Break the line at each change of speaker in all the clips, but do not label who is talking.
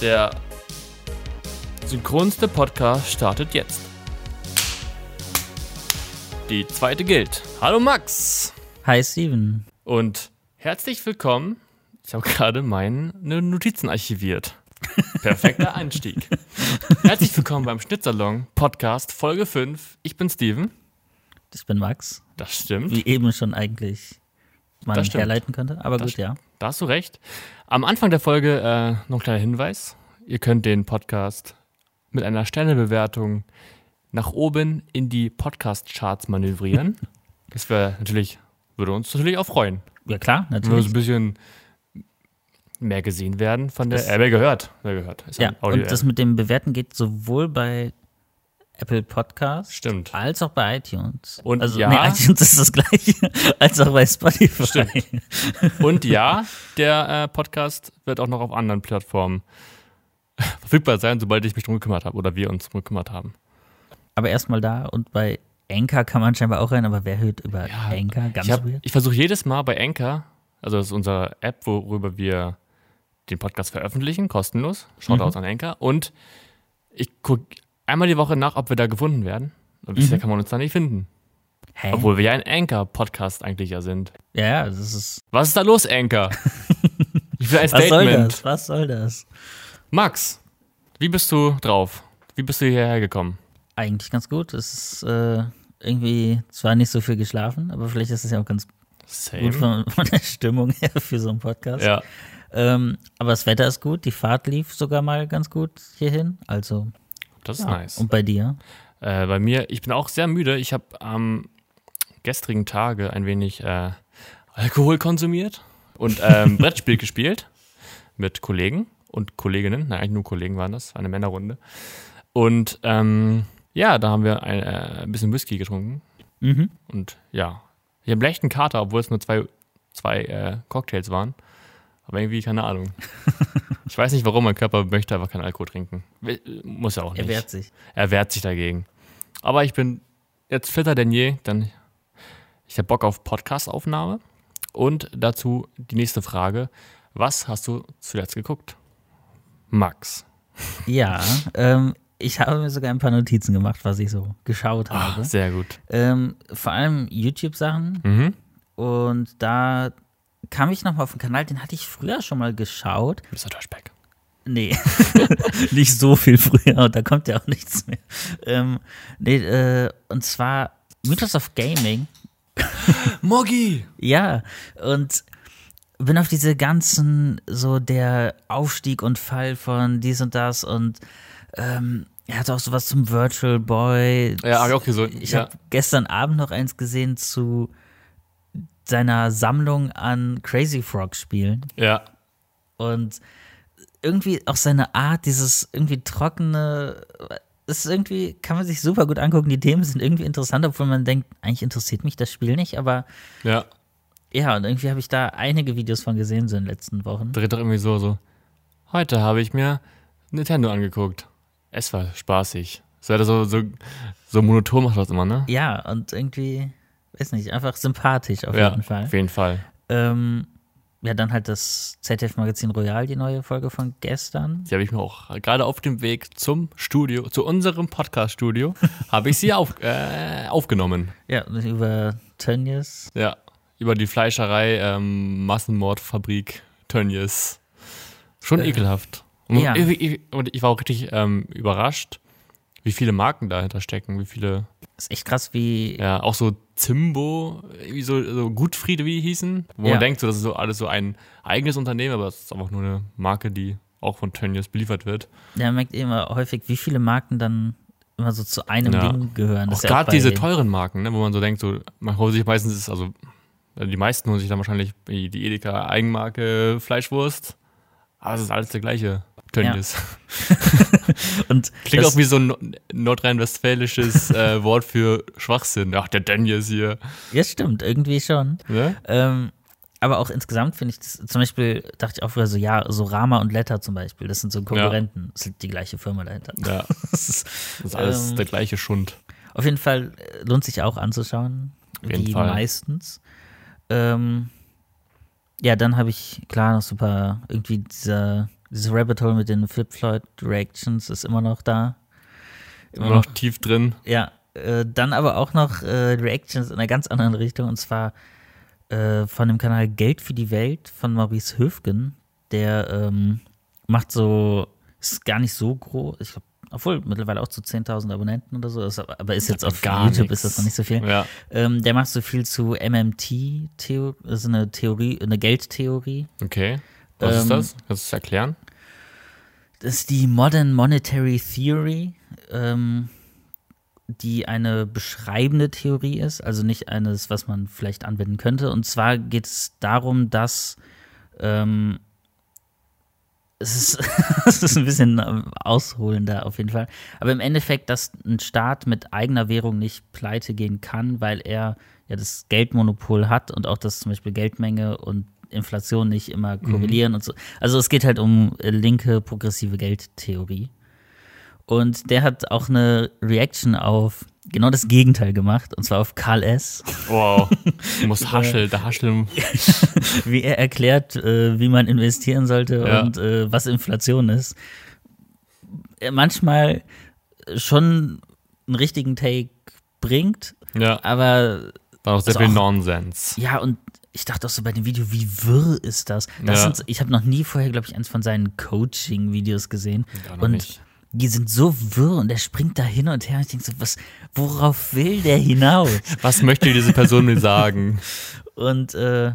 Der synchronste Podcast startet jetzt. Die zweite gilt. Hallo Max
Hi Steven.
und herzlich willkommen. Ich habe gerade meine Notizen archiviert. Perfekter Einstieg. Herzlich willkommen beim Schnittsalon Podcast Folge 5. Ich bin Steven.
Ich bin Max.
Das stimmt.
Wie eben schon eigentlich man
Das stimmt.
herleiten könnte. Aber
Das
gut, ja.
Da hast du recht. Am Anfang der Folge äh, noch ein kleiner Hinweis. Ihr könnt den Podcast mit einer Sternebewertung nach oben in die Podcast-Charts manövrieren. das wäre natürlich, würde uns natürlich auch freuen.
Ja klar,
Wenn wir so ein
natürlich.
bisschen mehr gesehen werden von der,
Das-
äh, mehr gehört. Mehr gehört. Ist
Ja,
ein Audio
und das mit dem Bewerten geht sowohl bei Apple Podcast
Stimmt.
als auch bei iTunes.
Und
also,
ja.
nee, iTunes ist das gleiche, als auch bei Spotify.
Stimmt. Und ja, der äh, Podcast wird auch noch auf anderen Plattformen verfügbar sein, sobald ich mich drum gekümmert habe oder wir uns drum gekümmert haben.
Aber erstmal da und bei Anchor kann man scheinbar auch rein, aber wer hört über Anchor? Ganz
Ich, hab-
weird.
ich versuche jedes Mal bei Anchor, also das ist unsere App, worüber wir den Podcast veröffentlichen, kostenlos. Schaut
Mhm.
aus an Anchor. Und ich gucke einmal die Woche nach, ob wir da gefunden werden. Und bisher kann man uns da nicht finden.
Mhm. Hä?
Obwohl wir ja ein Anchor-Podcast eigentlich ja sind.
Ja, ja, das ist.
Was ist da los, Anchor? Ich will ein
Was soll
Statement.
das? Was soll das?
Max, wie bist du drauf? Wie bist du hierher gekommen?
Eigentlich ganz gut. Es ist äh, irgendwie zwar nicht so viel geschlafen, aber vielleicht ist es ja auch ganz gut
Same.
von, von der Stimmung her für so einen Podcast.
Ja,
Ähm, aber das Wetter ist gut, die Fahrt lief sogar mal ganz gut hierhin. Also,
das ist nice.
und bei dir?
Äh, bei mir, ich bin auch sehr müde. Ich habe am gestrigen Tage ein wenig äh, Alkohol konsumiert und ähm, Brettspiel gespielt mit Kollegen und Kolleginnen. Nein, eigentlich nur Kollegen waren das, war eine Männerrunde. Und ähm, ja, da haben wir ein, äh, ein bisschen Whisky getrunken.
Mhm.
Und ja, ich habe leichten Kater, obwohl es nur zwei, zwei äh, Cocktails waren. Aber irgendwie, keine Ahnung. Ich weiß nicht warum, mein Körper möchte einfach keinen Alkohol trinken. Will- Muss ja auch nicht
Er wehrt sich.
er wehrt sich dagegen. Aber ich bin jetzt fitter denn je, denn ich habe Bock auf Podcast-Aufnahme. Und dazu die nächste Frage. Was hast du zuletzt geguckt? Max.
Ja, ähm, ich habe mir sogar ein paar Notizen gemacht, was ich so geschaut habe.
Sehr gut.
Ähm, vor allem YouTube-Sachen.
Mhm.
Und da kam ich nochmal auf einen Kanal, den hatte ich früher schon mal geschaut.
Mr. Trashback.
Nee, nicht so viel früher und da kommt ja auch nichts mehr. Ähm, nee, äh, und zwar Mythos of Gaming.
Moggi!
Ja, und bin auf diese ganzen, so der Aufstieg und Fall von dies und das und ähm, er hatte auch sowas zum Virtual Boy.
Ja, hab ich auch gesehen.
Ich
ja.
habe gestern Abend noch eins gesehen zu seiner Sammlung an Crazy Frog Spielen
ja.
und irgendwie auch seine Art, dieses irgendwie trockene, ist irgendwie, kann man sich super gut angucken. Die Themen sind irgendwie interessant, obwohl man denkt, eigentlich interessiert mich das Spiel nicht, aber
Ja.
ja, und irgendwie habe ich da einige Videos von gesehen so in den letzten Wochen.
Dreht doch irgendwie so, so. Heute habe ich mir Nintendo angeguckt. Es war spaßig. So, so, so, so monoton macht das immer, ne?
Ja, und irgendwie, weiß nicht, einfach sympathisch auf jeden Fall.
Auf jeden Fall.
Ähm, ja, dann halt das ZDF-Magazin Royal, die neue Folge von gestern.
Die habe ich mir auch gerade auf dem Weg zum Studio, zu unserem Podcast-Studio, habe ich sie auf, äh, aufgenommen.
Ja, über Tönnies.
Ja. Über die Fleischerei, ähm, Massenmordfabrik Tönnies. Schon ekelhaft. Und,
Äh, ja.
ich- ich, und ich war auch richtig ähm, überrascht, wie viele Marken dahinter stecken, wie viele,
Ist echt krass, wie.
ja, auch so Zimbo, irgendwie so, so Gutfriede, wie die hießen, wo
Ja.
man denkt, so, das ist so alles so ein eigenes Unternehmen, aber es ist einfach nur eine Marke, die auch von Tönnies beliefert wird.
Ja, man merkt immer häufig, wie viele Marken dann immer so zu einem
Ja.
Ding gehören.
Auch
ist ja
gerade
bei-
diese teuren Marken, ne, wo man so denkt, so, man holt sich meistens, ist, also äh, die meisten holen sich dann wahrscheinlich die die Edeka Eigenmarke Fleischwurst, aber es ist alles der gleiche. Tönnies.
Und
Klingt
das,
auch wie so ein no- nordrhein-westfälisches äh, Wort für Schwachsinn. Ach, der Tönnies hier.
ja, stimmt, irgendwie schon.
Ne?
Ähm, aber auch insgesamt finde ich, das, zum Beispiel dachte ich auch früher so, ja, so Rama und Letter zum Beispiel, das sind so Konkurrenten, das ist die gleiche Firma dahinter.
Ja,
Das ist,
das ist alles
Ähm,
der gleiche Schund.
auf jeden Fall äh, lohnt sich auch anzuschauen,
jeden
wie
Fall.
meistens. Ähm, ja, dann habe ich klar noch super irgendwie dieser Dieses Rabbit Hole mit den Flip Floyd Directions ist immer noch da.
Immer noch tief drin.
Ja, äh, dann aber auch noch äh, Reactions in einer ganz anderen Richtung und zwar äh, von dem Kanal Geld für die Welt von Maurice Höfgen. Der ähm, macht so, ist gar nicht so groß, ich glaube, obwohl mittlerweile auch zu 10.000 Abonnenten oder so, ist, aber- aber ist jetzt auf
Gar
YouTube
nix.
ist das noch nicht so viel.
Ja.
Ähm, der macht so viel zu MMT, Theo ist also eine Theorie, eine Geldtheorie.
Okay. Was
Ähm,
ist das? Kannst du es erklären?
Das ist die Modern Monetary Theory, ähm, die eine beschreibende Theorie ist, also nicht eines, was man vielleicht anwenden könnte. Und zwar geht es darum, dass ähm, es, ist, es ist ein bisschen ähm, ausholender auf jeden Fall, aber im Endeffekt, dass ein Staat mit eigener Währung nicht pleite gehen kann, weil er ja das Geldmonopol hat und auch, dass zum Beispiel Geldmenge und Inflation nicht immer korrelieren und so. Also es geht halt um äh, linke progressive Geldtheorie. Und der hat auch eine Reaction auf genau das Gegenteil gemacht, und zwar auf Karl S.,
Wow. Du
Äh,
musst hascheln, da hascheln.
wie er erklärt, äh, wie man investieren sollte
Ja.
und äh, was Inflation ist. Er manchmal schon einen richtigen Take bringt,
Ja.
aber
War auch sehr
Also
viel
auch-
Nonsens.
ja, und ich dachte auch so bei dem Video, wie wirr ist das? das
Ja.
sind, so- ich habe noch nie vorher, glaube ich, eins von seinen Coaching-Videos gesehen.
Gar noch
Und
nicht.
die sind so wirr und er springt da hin und her. Und ich denke so, was, worauf will der hinaus?
Was möchte diese Person mir sagen?
Und äh,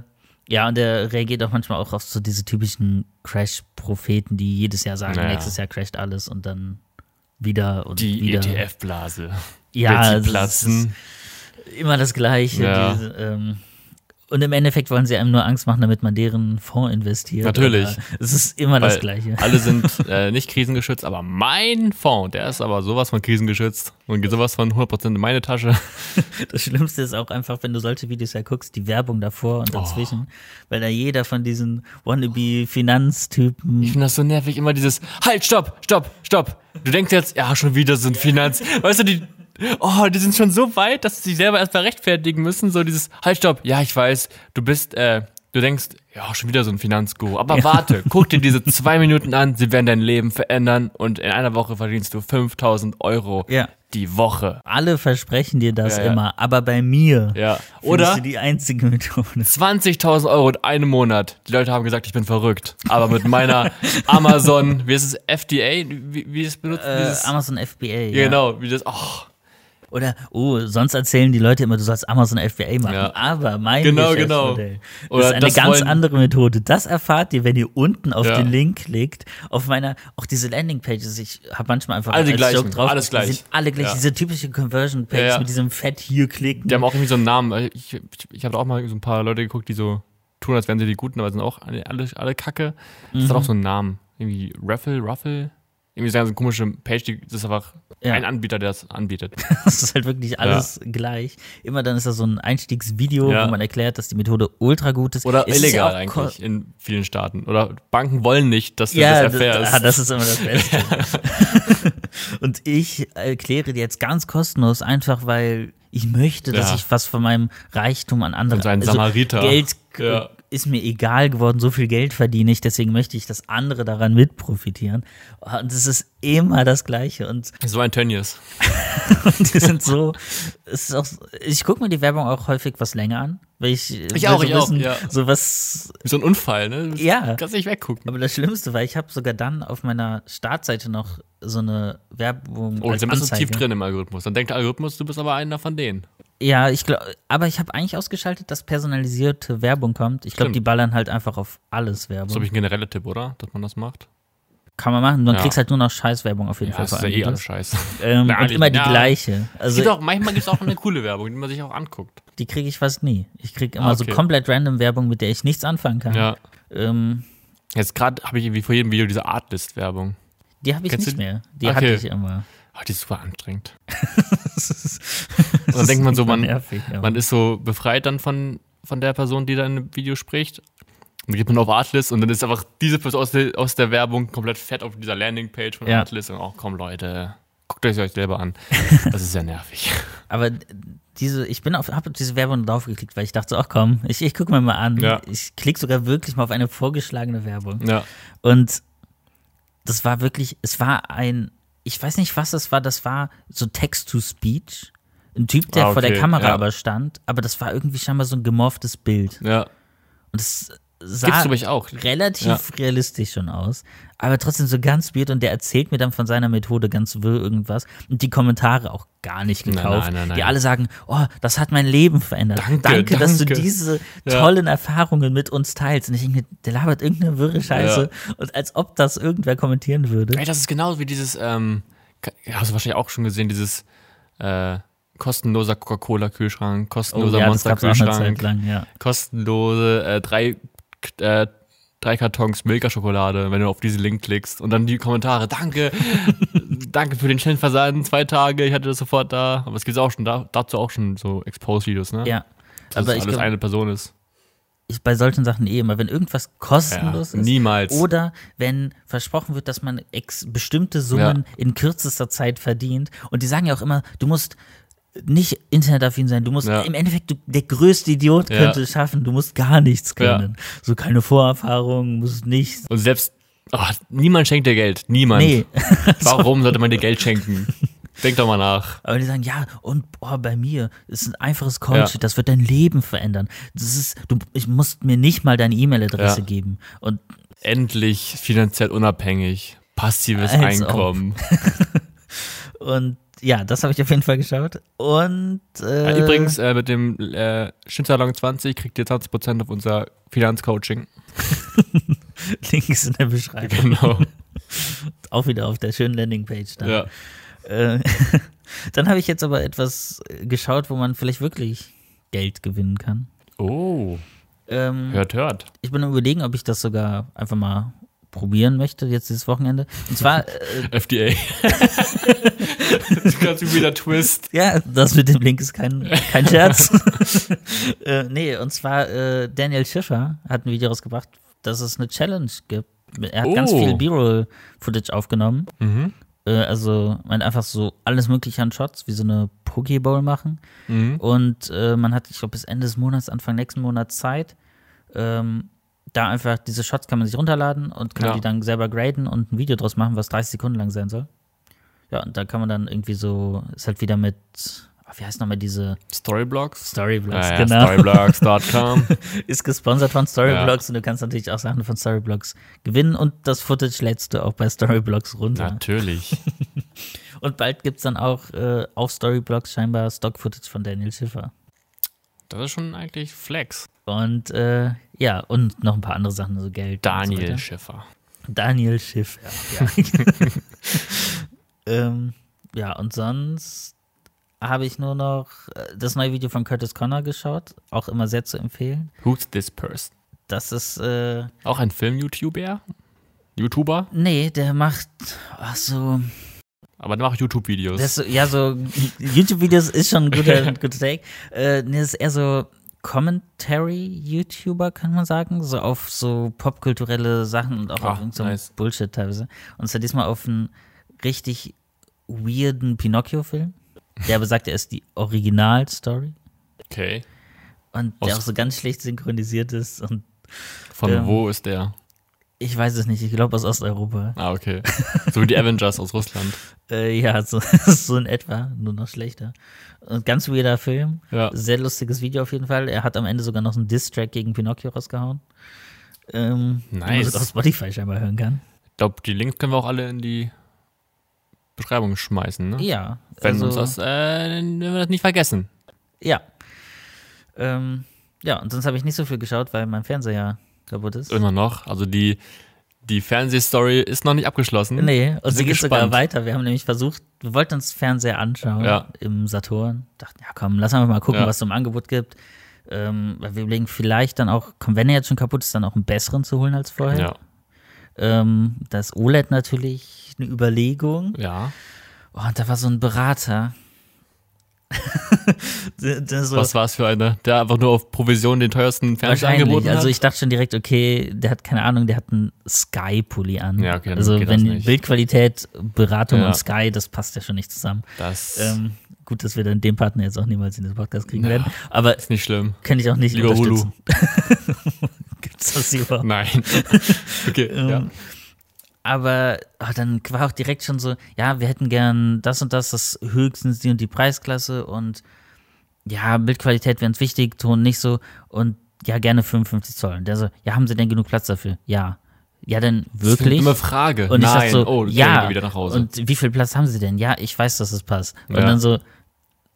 ja, und er reagiert auch manchmal auch auf so diese typischen Crash-Propheten, die jedes Jahr sagen,
Naja.
nächstes Jahr crasht alles und dann wieder und
Die E
wieder.
ETF-Blase.
Ja,
Wird sie
das ist-
platzen.
Immer das Gleiche.
Ja.
Diese, ähm, und im Endeffekt wollen sie einem nur Angst machen, damit man deren Fonds investiert.
Natürlich.
Aber Es ist immer das
Weil
Gleiche.
Alle sind äh, nicht krisengeschützt, aber mein Fonds, der ist aber sowas von krisengeschützt und geht sowas von 100% in meine Tasche.
Das Schlimmste ist auch einfach, wenn du solche Videos ja guckst, die Werbung davor
Oh.
und dazwischen, weil da jeder von diesen
Ich
Wannabe-Finanztypen.
finde das so nervig, immer dieses Halt, stopp, stopp, stopp. Du denkst jetzt, ja, schon wieder so ein Finanz. Weißt du, die. Oh, die sind schon so weit, dass sie sich selber erstmal rechtfertigen müssen. So dieses Halt, stopp, ja, ich weiß, du bist, äh, du denkst, ja, schon wieder so ein Finanzguru. Aber warte, guck dir diese zwei Minuten an, sie werden dein Leben verändern und in einer Woche verdienst du 5000 Euro
Ja.
die Woche.
Alle versprechen dir das
Ja, ja.
immer, aber bei mir
Ja.
findest
Oder
du die einzige Methode.
20.000 Euro in einem Monat. Die Leute haben gesagt, ich bin verrückt. Aber mit meiner Amazon, wie ist es, FDA, wie, wie es benutzt?
Äh,
dieses,
Amazon FBA.
Ja,
Ja.
Genau, wie das, ach,
Oder, oh, sonst erzählen die Leute immer, du sollst Amazon FBA machen.
Ja.
Aber mein
Genau,
Geschäftsmodell
genau. Oder
ist eine
das
ganz
wollen-
andere Methode. Das erfahrt ihr, wenn ihr unten auf
Ja.
den Link klickt. Auf meiner, auch diese Landingpages, ich habe manchmal einfach
Alle die
als
gleichen,
Joke drauf.
alles gleich.
Die sind alle gleich.
Ja.
Diese typische Conversion-Page
Ja, ja.
mit diesem Fett hier klicken.
die haben auch irgendwie so einen Namen. Ich, ich, ich habe da auch mal so ein paar Leute geguckt, die so tun, als wären sie die Guten, aber sind auch alle, alle, alle kacke. Das
Mhm.
hat auch so einen Namen. Irgendwie Raffle, Ruffle. Irgendwie so eine komische Page, die, das ist einfach
Ja.
ein Anbieter, der das anbietet.
Das ist halt wirklich alles gleich. Immer dann ist da so ein Einstiegsvideo,
Ja.
wo man erklärt, dass die Methode ultra gut ist.
Oder
Es ist
illegal
ja auch ko-
eigentlich in vielen Staaten. Oder Banken wollen nicht, dass du
Ja,
das
das, ah,
erfährst.
das ist immer das Beste. und ich erkläre dir jetzt ganz kostenlos, einfach weil ich möchte, dass
Ja.
ich was von meinem Reichtum an andere. Also
Und so ein Samariter.
Geld k-
Ja.
ist mir egal geworden, so viel Geld verdiene ich, deswegen möchte ich, dass andere daran mitprofitieren. Und es ist immer das Gleiche. Und
so ein Tönnies.
die sind so. Es ist auch, ich gucke mir die Werbung auch häufig was länger an, weil ich, will
auch,
so
ich auch,
wissen,
ja.
so was
Wie so ein Unfall, ne?
Ja.
Kannst nicht weggucken.
Aber das Schlimmste war, ich habe sogar dann auf meiner Startseite noch so eine Werbung.
Oh,
als
dann bist du
Anzeige.
tief drin im Algorithmus. Dann denkt der Algorithmus, du bist aber einer von denen.
Ja, ich glaube, aber ich habe eigentlich ausgeschaltet, dass personalisierte Werbung kommt. Ich glaube,
Stimmt.
die ballern halt einfach auf alles
Das ist, glaube
Werbung.
ich, ein genereller Tipp, oder? Dass man das macht.
Kann man machen. Man
Ja.
kriegst halt nur noch Scheißwerbung auf jeden
Ja,
Fall.
das ist
vor
ja
allem
eh alles
Videos.
scheiße.
ähm,
Ja,
und immer die
ja.
gleiche.
Es
Also
gibt auch, manchmal gibt es auch eine coole Werbung, die man sich auch anguckt.
die kriege ich fast nie. Ich kriege immer
Ah,
so
okay.
komplett random Werbung, mit der ich nichts anfangen kann.
Ja.
Ähm,
Jetzt gerade habe ich wie vor jedem Video diese Artlist-Werbung.
die habe ich
Kennst du
nicht
die?
mehr. Die
Okay.
hatte ich immer.
Ah, die ist super anstrengend. Und dann denkt man so, man,
nervig, ja.
man ist so befreit dann von, von der Person, die da in einem Video spricht. Und dann geht man auf Artlist und dann ist einfach diese Person aus der, aus der Werbung komplett fett auf dieser Landingpage von
Ja.
Artlist. Und auch, komm Leute, guckt euch euch selber an. Das ist sehr nervig.
Aber diese, ich bin auf, habe diese Werbung draufgeklickt, weil ich dachte so, ach komm, ich, ich gucke mir mal an.
Ja.
Ich klicke sogar wirklich mal auf eine vorgeschlagene Werbung.
Ja.
Und das war wirklich, es war ein, ich weiß nicht, was das war, das war so Text-to-Speech. Ein Typ, der
Ah,
vor der
okay,
Kamera
ja.
aber stand, aber das war irgendwie scheinbar so ein gemorftes Bild.
Ja.
Und es
Gibt's
sah
glaube ich auch.
relativ
Ja.
realistisch schon aus, aber trotzdem so ganz weird und der erzählt mir dann von seiner Methode ganz wirr irgendwas und die Kommentare auch gar nicht
Nein,
gekauft,
nein, nein, nein.
die alle sagen, oh, das hat mein Leben verändert.
Danke,
dass du
danke.
diese
Ja.
tollen Erfahrungen mit uns teilst. Und ich denke, mir, der labert irgendeine wirre Scheiße und als ob das irgendwer kommentieren würde.
Ey, das ist genau wie dieses, ähm, ka- hast du wahrscheinlich auch schon gesehen, dieses äh, kostenloser Coca-Cola-Kühlschrank, kostenloser
Oh das gab's auch eine Zeit
Monster-Kühlschrank,
lang, ja.
kostenlose äh, drei, äh, drei Kartons Milka-Schokolade, wenn du auf diesen Link klickst. Und dann die Kommentare, danke, danke für den schnellen Versand, zwei Tage, ich hatte das sofort da. Aber es gibt auch schon da, dazu auch schon so Expose-Videos, ne?
ja.
Dass
Aber
aber
ich
alles
glaub,
eine Person ist.
ich- bei solchen Sachen eh immer, wenn irgendwas
Ja,
kostenlos ist,
niemals.
Oder wenn versprochen wird, dass man ex bestimmte Summen in kürzester Zeit verdient. Und die sagen ja auch immer, du musst nicht internetaffin sein, du musst
Ja.
im Endeffekt du, der größte Idiot
Ja.
könnte es schaffen, du musst gar nichts
Ja.
können. So keine Vorerfahrung, musst nichts.
Und selbst, oh, niemand schenkt dir Geld. Niemand.
Nee.
Warum sollte man dir Geld schenken? Denk doch mal nach.
Aber die sagen, ja, und boah, bei mir ist ein einfaches Callsheet, das wird dein Leben verändern. Das ist, du, ich musst mir nicht mal deine E-Mail-Adresse
Ja.
geben. Und
Endlich finanziell unabhängig. Passives
Also.
Einkommen.
Und ja, das habe ich auf jeden Fall geschaut. Und äh,
Ja, übrigens, äh, mit dem äh, Schnittsalon 20 kriegt ihr 20% auf unser Finanzcoaching.
Link ist in der Beschreibung.
Genau.
Auch wieder auf der schönen Landingpage da.
ja.
Äh, dann habe ich jetzt aber etwas äh, geschaut, wo man vielleicht wirklich Geld gewinnen kann.
Oh,
Ähm,
hört, hört.
Ich bin am überlegen, ob ich das sogar einfach mal probieren möchte, jetzt dieses Wochenende. Und zwar, äh,
FDA. das ist ganz wieder Twist.
ja, das mit dem Link ist kein, kein Scherz. äh, nee, und zwar äh, Daniel Schiffer hat ein Video rausgebracht, dass es eine Challenge gibt. Er hat ganz
Oh.
viel B-Roll-Footage aufgenommen.
Mhm.
Äh, also man einfach so alles mögliche an Shots, wie so eine Pokéball machen.
Mhm.
Und äh, man hat, ich glaube, bis Ende des Monats, Anfang nächsten Monats Zeit. Ähm, da einfach diese Shots kann man sich runterladen und kann
Ja.
die dann selber graden und ein Video draus machen, was 30 Sekunden lang sein soll. Ja, und da kann man dann irgendwie so, ist halt wieder mit, ah, wie heißt nochmal diese
Storyblocks.
Storyblocks,
Ah ja,
genau.
Storyblocks.com.
ist gesponsert von Storyblocks und du kannst natürlich auch Sachen von Storyblocks gewinnen und das Footage lädst du auch bei Storyblocks runter.
Natürlich.
Und bald gibt es dann auch äh, auf Storyblocks scheinbar Stock-Footage von Daniel Schiffer.
Das ist schon eigentlich Flex.
Und äh, ja, und noch ein paar andere Sachen, so Geld. Und so
Daniel
weiter.
Schiffer.
Daniel Schiff. Ja, ja. ähm, ja und sonst habe ich nur noch äh, das neue Video von Curtis Connor geschaut, auch immer sehr zu empfehlen.
Who's this person?
Das ist, äh,
Auch ein Film-YouTuber? YouTuber?
nee, der macht, ach so,
Aber dann mache ich YouTube-Videos.
Das, ist so- ja, so YouTube-Videos ist schon ein guter, ein guter Take. Äh, nee, das ist eher so Commentary-YouTuber, kann man sagen. So auf so popkulturelle Sachen und auch
Ah,
auf irgend so
nice.
Bullshit teilweise. Und zwar diesmal auf einen richtig weirden Pinocchio-Film. Der besagt, er ist die Originalstory.
Okay.
Und der
Aus-
auch so ganz schlecht synchronisiert ist. Und
Von
Ähm.
wo ist der?
ich weiß es nicht, ich glaube aus Osteuropa.
Ah, okay. So wie die Avengers aus Russland.
Äh, ja, so, so in etwa, nur noch schlechter. Und ganz weirder Film.
Ja.
Sehr lustiges Video auf jeden Fall. Er hat am Ende sogar noch einen Diss-Track gegen Pinocchio rausgehauen. Ähm, den Man
Nice.
sogar auf Spotify scheinbar hören kann.
Ich glaube, die Links können wir auch alle in die Beschreibung schmeißen, ne?
Ja.
Wenn,
also,
uns das, äh, wenn wir das nicht vergessen.
Ja. Ähm, ja, und sonst habe ich nicht so viel geschaut, weil mein Fernseher ja kaputt ist.
Immer noch. Also die, die Fernsehstory ist noch nicht abgeschlossen.
Nee, und sie
sind
geht sogar
gespannt.
weiter. Wir haben nämlich versucht, wir wollten uns Fernseher anschauen
Ja.
im Saturn. Dachten, ja komm, lass einfach mal gucken,
Ja.
was es im Angebot gibt. Ähm, weil wir überlegen, vielleicht dann auch, komm, wenn er jetzt schon kaputt ist, dann auch einen besseren zu holen als vorher.
Ja.
Ähm, das OLED natürlich eine Überlegung.
Ja.
Oh, und da war so ein Berater. der, der so
Was war es für einer, der einfach nur auf Provision den teuersten Fernseher angeboten
wahrscheinlich.
hat?
Also ich dachte schon direkt, okay, der hat keine Ahnung, der hat einen Sky-Pulli an.
Ja, okay, dann
also
geht das
wenn
nicht.
Bildqualität, Beratung
Ja.
und Sky, das passt ja schon nicht zusammen.
das
Ähm, gut, dass wir dann den Partner jetzt auch niemals in den Podcast kriegen
Ja.
werden. Aber
ist nicht schlimm.
kann ich auch nicht
Lieber Hulu.
unterstützen. Gibt's das überhaupt?
Nein. okay, ja.
Ähm, Aber ah, dann war auch direkt schon so, ja, wir hätten gern das und das, das höchstens die und die Preisklasse und ja, Bildqualität wäre uns wichtig, Ton nicht so und ja, gerne 55 Zoll. Und der so, ja, haben Sie denn genug Platz dafür? Ja. Ja, dann
Das ist eine
wirklich.
dumme Frage.
Und ich
Nein.
sag so,
oh, jetzt gehen
ja.
wir wieder nach Hause.
Und wie viel Platz haben Sie denn? Ja, ich weiß, dass es passt. Und
Ja.
dann so,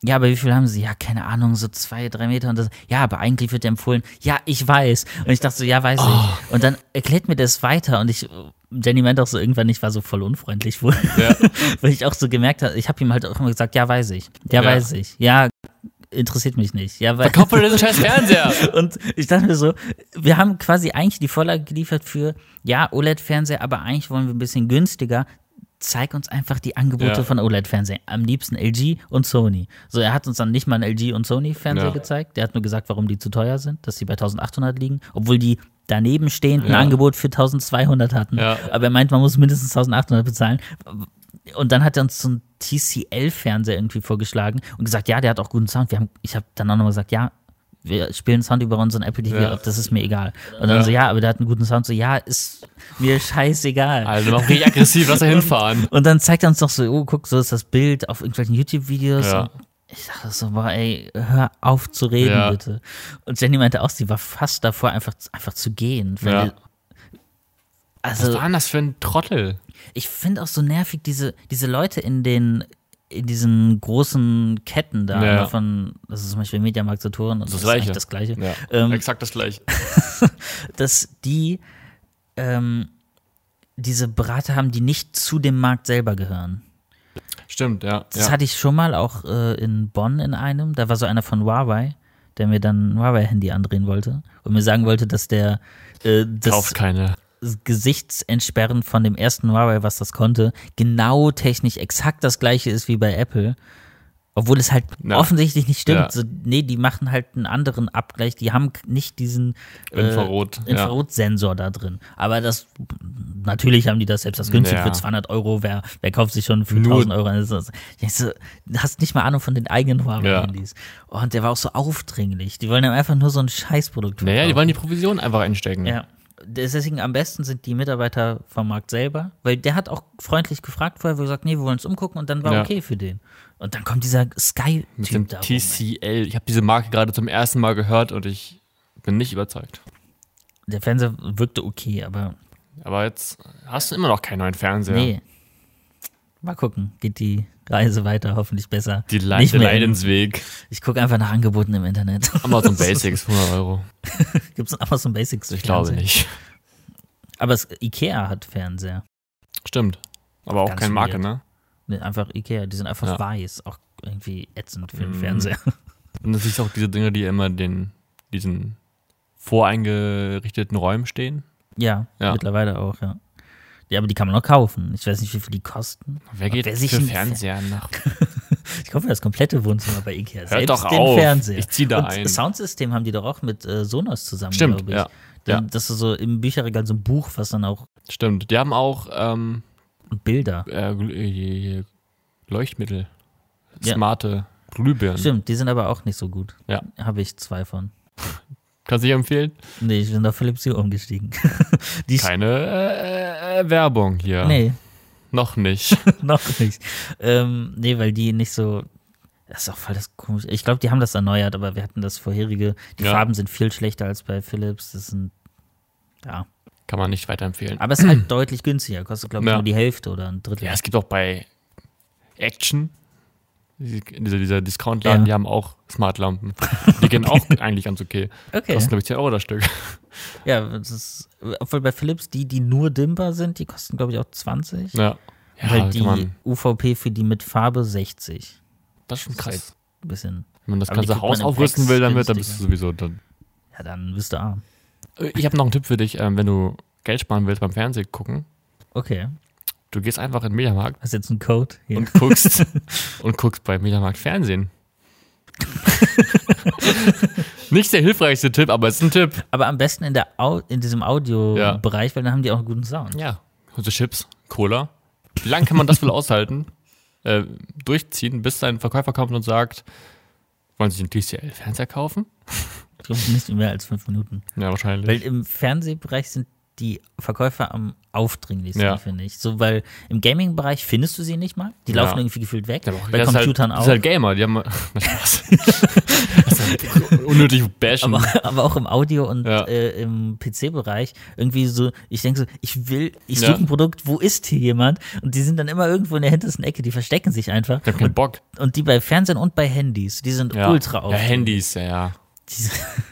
ja, aber wie viel haben Sie? Ja, keine Ahnung, so zwei, drei Meter. Und das, ja, aber eigentlich wird empfohlen, ja, ich weiß. Und ich dachte so, ja, weiß
Oh.
ich. Und dann erklärt mir das weiter. Und ich, Jenny meinte auch so, irgendwann, ich war so voll unfreundlich wohl.
Ja.
Weil ich auch so gemerkt habe, ich habe ihm halt auch immer gesagt, ja, weiß ich. Ja,
Ja.
weiß ich. Ja, interessiert mich nicht. Ja, weil.
Kopf diesen scheiß Fernseher.
Und ich dachte mir so, wir haben quasi eigentlich die Vorlage geliefert für, ja, OLED-Fernseher, aber eigentlich wollen wir ein bisschen günstiger. Zeig uns einfach die Angebote
Ja.
von OLED-Fernsehen. Am liebsten LG und Sony. So, er hat uns dann nicht mal einen LG und Sony-Fernseher
Ja.
gezeigt. Der hat nur gesagt, warum die zu teuer sind, dass die bei 1800 liegen, obwohl die daneben stehend ein
Ja.
Angebot für 1200 hatten.
Ja.
Aber er meint, man muss mindestens 1800 bezahlen. Und dann hat er uns so einen TCL-Fernseher irgendwie vorgeschlagen und gesagt, ja, der hat auch guten Sound. Wir haben, ich habe dann auch nochmal gesagt, ja, wir spielen Sound über unseren Apple TV
Ja.
ab, das ist mir egal. Und dann
Ja.
so, ja, aber der hat einen guten Sound. So, ja, ist mir scheißegal.
Also mach richtig aggressiv, lass er hinfahren.
Und dann zeigt er uns noch so, oh, guck, so ist das Bild auf irgendwelchen YouTube-Videos.
Ja.
Und Ich dachte so, boah, ey, hör auf zu reden,
Ja.
bitte. Und Jenny meinte auch, sie war fast davor, einfach, einfach zu gehen. weil-
Ja. Was
Also,
war denn das für ein Trottel?
ich finde auch so nervig diese, diese Leute in den in diesen großen Ketten da
Ja.
ne, von, das ist zum Beispiel Mediamarkt, Saturn und das, ist
Gleiche.
eigentlich das Gleiche,
Ja,
Ähm,
exakt das gleiche.
dass die ähm, diese Berater haben, die nicht zu dem Markt selber gehören.
Stimmt, ja.
Das
ja.
hatte ich schon mal auch äh, in Bonn in einem. Da war so einer von Huawei, der mir dann ein Huawei-Handy andrehen wollte und mir sagen wollte, dass der äh, das
Kauf keine.
Gesichtsentsperren von dem ersten Huawei, was das konnte, genau technisch exakt das gleiche ist wie bei Apple. Obwohl es halt
Ja.
offensichtlich nicht stimmt.
Ja.
So, nee, die machen halt einen anderen Abgleich. Die haben k- nicht diesen äh,
Infrarot, ja.
Infrarotsensor da drin. Aber das, natürlich haben die das selbst. Das günstig
Ja.
für 200 Euro. Wer, wer kauft sich schon für
Nur-
1000 Euro? Das ist- Ich so, du hast nicht mal Ahnung von den eigenen Huawei-Handys. Und der war auch so aufdringlich. Die wollen ihm einfach nur so ein Scheißprodukt
Naja, die
verkaufen.
wollen die Provision einfach einstecken.
Ja. Deswegen am besten sind die Mitarbeiter vom Markt selber, weil der hat auch freundlich gefragt vorher, wo er gesagt, nee, wir wollen uns umgucken und dann war
Ja.
okay für den. Und dann kommt dieser
Mit dem
Sky-Typ da. rum.
TCL. Ich habe diese Marke gerade zum ersten Mal gehört und ich bin nicht überzeugt.
Der Fernseher wirkte okay, aber
Aber jetzt hast du immer noch keinen neuen Fernseher.
nee. Mal gucken, geht die Reise weiter, hoffentlich besser.
Die Le
Nicht
der
mehr.
Leidensweg.
Ich gucke einfach nach Angeboten im Internet.
Amazon Basics, 100 Euro.
Gibt es einen Amazon Basics?
Ich glaube
Fernseher?
nicht.
Aber es, Ikea hat Fernseher.
Stimmt. Aber auch
Ganz
keine Marke,
weird.
ne?
Nee, einfach Ikea, die sind einfach
Ja.
weiß, auch irgendwie ätzend für den
Mm.
Fernseher.
Und das ist auch diese Dinger, die immer den, diesen voreingerichteten Räumen stehen.
Ja,
Ja.
mittlerweile auch, ja. Ja, aber die kann man noch kaufen. Ich weiß nicht, wie viel die kosten.
Wer geht
wer sich
für
einen
Fernseher nach?
Ich kaufe mir das komplette Wohnzimmer bei Ikea.
Hört
Selbst
doch
den
auf.
Fernseher.
Ich zieh da
Und
ein.
das Soundsystem haben die doch auch mit äh, Sonos zusammen,
Stimmt,
glaube ich.
ja.
Dann,
ja.
Das ist so im Bücherregal so ein Buch, was dann auch
Stimmt. Die haben auch ähm,
Bilder.
äh, Gl- äh, Leuchtmittel.
Ja.
Smarte Glühbirnen.
Stimmt, die sind aber auch nicht so gut.
Ja.
Habe ich zwei von.
Kannst du dich empfehlen?
Nee, ich bin auf Philips Hue umgestiegen. die
Keine äh, äh, Werbung hier.
Nee,
Noch nicht.
noch nicht. Ähm, nee, weil die nicht so. Das ist auch voll das komisch. Ich glaube, die haben das erneuert, aber wir hatten das vorherige. Die
Ja.
Farben sind viel schlechter als bei Philips. Das sind. Ja.
Kann man nicht weiterempfehlen.
Aber es ist halt deutlich günstiger. Kostet, glaube ich,
Ja.
nur die Hälfte oder ein Drittel.
Ja, es gibt auch bei Action, diese- dieser, dieser Discount-Laden,
Ja.
die haben auch Smartlampen. Die gehen auch eigentlich ganz okay.
Okay.
Kosten, glaube ich, 10 Euro das Stück.
Ja, das ist, obwohl bei Philips, die, die nur dimmbar sind, die kosten, glaube ich, auch 20.
Ja. Ja,
weil
kann
die
man,
UVP für die mit Farbe 60.
das ist schon krass.
halt Ein bisschen.
Wenn man das
Aber die
ganze
kriegt man
Haus
im
aufrüsten
Flex
will, damit, dann
günstiger.
bist du sowieso dann.
Ja, dann bist du arm.
Äh, Ich habe noch einen Tipp für dich, ähm, wenn du Geld sparen willst beim Fernsehen gucken.
Okay.
Du gehst einfach in den Mediamarkt
Hast jetzt einen Code hier.
und guckst und guckst bei Mediamarkt Fernsehen. Nicht der hilfreichste Tipp, aber es ist ein Tipp.
Aber am besten in, der Au in diesem
Ja.
Audio-Bereich, weil dann haben die auch einen guten Sound.
Ja. Also Chips, Cola. Wie lange kann man das wohl aushalten? Äh, durchziehen, bis dein Verkäufer kommt und sagt, wollen Sie einen TCL-Fernseher kaufen?
Ich glaube nicht mehr als fünf Minuten.
Ja, wahrscheinlich.
Weil im Fernsehbereich sind die Verkäufer am aufdringlichsten,
Ja.
finde ich. So, weil im Gaming-Bereich findest du sie nicht mal. Die
Ja.
laufen irgendwie gefühlt weg. Bei
Das ist
Computern
halt,
auch.
Das ist halt Gamer, die haben. Na, Spaß. Das ist halt unnötig bashen.
aber, aber auch im Audio und
Ja.
äh, im PC-Bereich irgendwie so, ich denke so, ich will, ich
Ja.
suche ein Produkt, wo ist hier jemand? Und die sind dann immer irgendwo in der hintersten Ecke, die verstecken sich einfach.
ich hab keinen Bock.
Und die bei Fernsehen und bei Handys, die sind
Ja.
ultra
Ja,
auf.
Handys, ja, ja.
Die,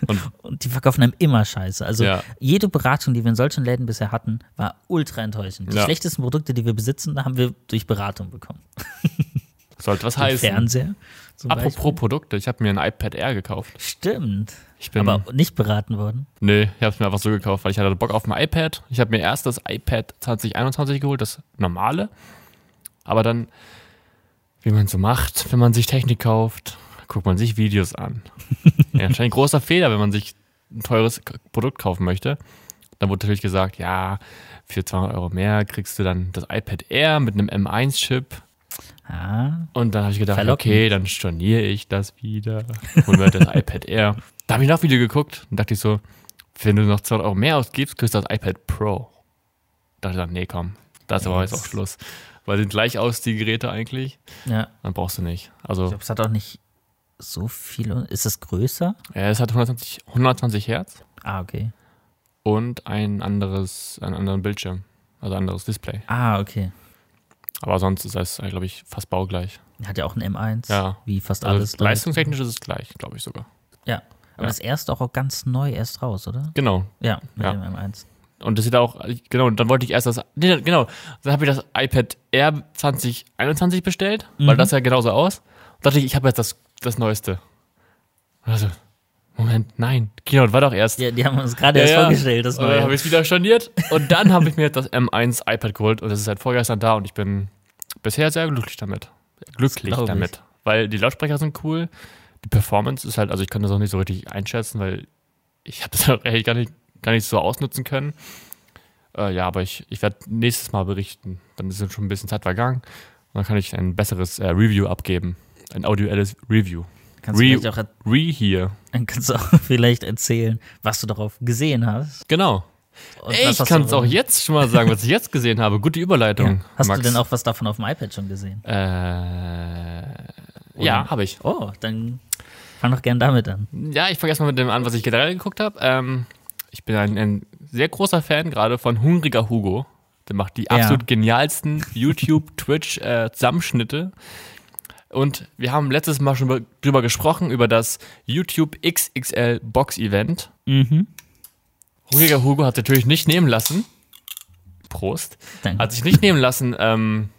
Und-
und, die verkaufen einem immer Scheiße. Also
Ja.
jede Beratung, die wir in solchen Läden bisher hatten, war ultra enttäuschend. Die
Ja.
schlechtesten Produkte, die wir besitzen, haben wir durch Beratung bekommen.
Sollte was
Den
heißen.
Fernseher. Zum
Apropos
Beispiel.
Produkte, ich habe mir ein iPad Air gekauft.
Stimmt.
Ich bin,
Aber nicht beraten worden.
nee, ich habe es mir einfach so gekauft, weil ich hatte Bock auf ein iPad. Ich habe mir erst das iPad 2021 geholt, das normale. Aber dann, wie man so macht, wenn man sich Technik kauft, guckt man sich Videos an. ja, anscheinend ein großer Fehler, wenn man sich ein teures K- Produkt kaufen möchte. Dann wurde natürlich gesagt, ja, für 200 Euro mehr kriegst du dann das iPad Air mit einem M1-Chip.
Ah,
Und dann habe ich gedacht,
Verlockend.
okay, dann storniere ich das wieder. Und mir das iPad Air. Da habe ich noch Video geguckt und dachte ich so, wenn du noch 200 Euro mehr ausgibst, kriegst du das iPad Pro. Da dachte ich dann, nee, komm, das ist aber jetzt
Yes.
auch Schluss. Weil sind gleich aus die Geräte eigentlich,
ja.
dann brauchst du nicht.
Ich
Also,
glaube, es hat auch nicht so viel. Un- Ist es größer?
äh, es hat 120, 120 Hertz
Ah, okay.
und ein anderes, einen anderen Bildschirm, also anderes Display.
Ah, okay.
Aber sonst ist es, glaube ich, fast baugleich.
Hat ja auch ein M1.
Ja.
Wie fast
Also
alles.
leistungstechnisch ist es gleich, glaube ich sogar.
Ja. Aber
Ja.
das erste auch, auch ganz neu erst raus, oder?
Genau,
Ja, mit
Ja.
dem M1.
Und das sieht auch, genau, dann wollte ich erst das, nee, genau, dann habe ich das iPad Air 2021 bestellt, weil
Mhm.
das sah genauso aus. Und dachte ich, ich habe jetzt das, das Neueste. Also, Moment, nein, genau, das war doch erst.
Ja, die haben uns gerade
Ja,
erst
ja.
vorgestellt, das
und dann
neue.
habe ich es wieder storniert und dann habe ich mir das M1 iPad geholt und das ist seit vorgestern da und ich bin bisher sehr glücklich damit. Glücklich
glaub ich.
damit. Weil die Lautsprecher sind cool, die Performance ist halt, also ich kann das auch nicht so richtig einschätzen, weil ich habe das auch ehrlich gar nicht, gar nicht so ausnutzen können. Äh, ja, aber ich, ich werde nächstes Mal berichten. Dann ist schon ein bisschen Zeit vergangen und dann kann ich ein besseres äh, Review abgeben. Ein audielles Review.
kannst, du
Re-
vielleicht auch, er-
Re hier.
dann kannst du auch vielleicht erzählen, was du darauf gesehen hast.
Genau.
und
Ey,
was
ich
hast
kann
du-
es auch jetzt schon mal sagen, was ich jetzt gesehen habe. Gute Überleitung.
Ja. Hast
Max.
du denn auch was davon auf dem iPad schon gesehen?
Äh, ja, habe ich.
Oh, dann fang doch gern damit an.
Ja, ich fange erstmal mit dem an, was ich generell geguckt habe. Ähm, ich bin ein, ein sehr großer Fan gerade von Hungriger Hugo. Der macht die absolut genialsten YouTube, Twitch äh, Zusammenschnitte. Und wir haben letztes Mal schon über- drüber gesprochen, über das YouTube XXL Box Event.
Mhm.
Hungriger Hugo hat natürlich nicht nehmen lassen. Prost.
Danke.
hat sich nicht nehmen lassen, ähm,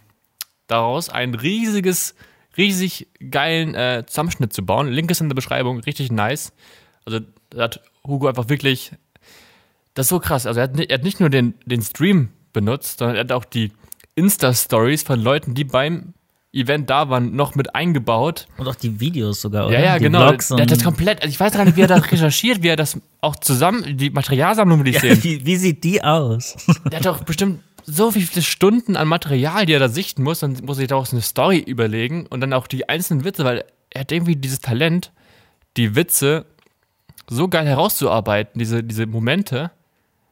daraus ein riesiges, riesig geilen äh, Zusammenschnitt zu bauen. Link ist in der Beschreibung, richtig nice. Also da hat Hugo einfach wirklich, das ist so krass. Also er hat, ni- er hat nicht nur den, den Stream benutzt, sondern er hat auch die Insta-Stories von Leuten, die beim Event da waren, noch mit eingebaut.
und auch die Videos sogar, oder?
Ja, ja,
die
genau.
Vlogs
Der hat
und
das komplett, also ich weiß gar nicht, wie er das recherchiert, wie er das auch zusammen, die Materialsammlung will ich sehen.
wie, wie sieht die aus?
Der hat doch bestimmt so viele Stunden an Material, die er da sichten muss. Dann muss ich daraus eine Story überlegen und dann auch die einzelnen Witze, weil er hat irgendwie dieses Talent, die Witze so geil herauszuarbeiten, diese, diese Momente.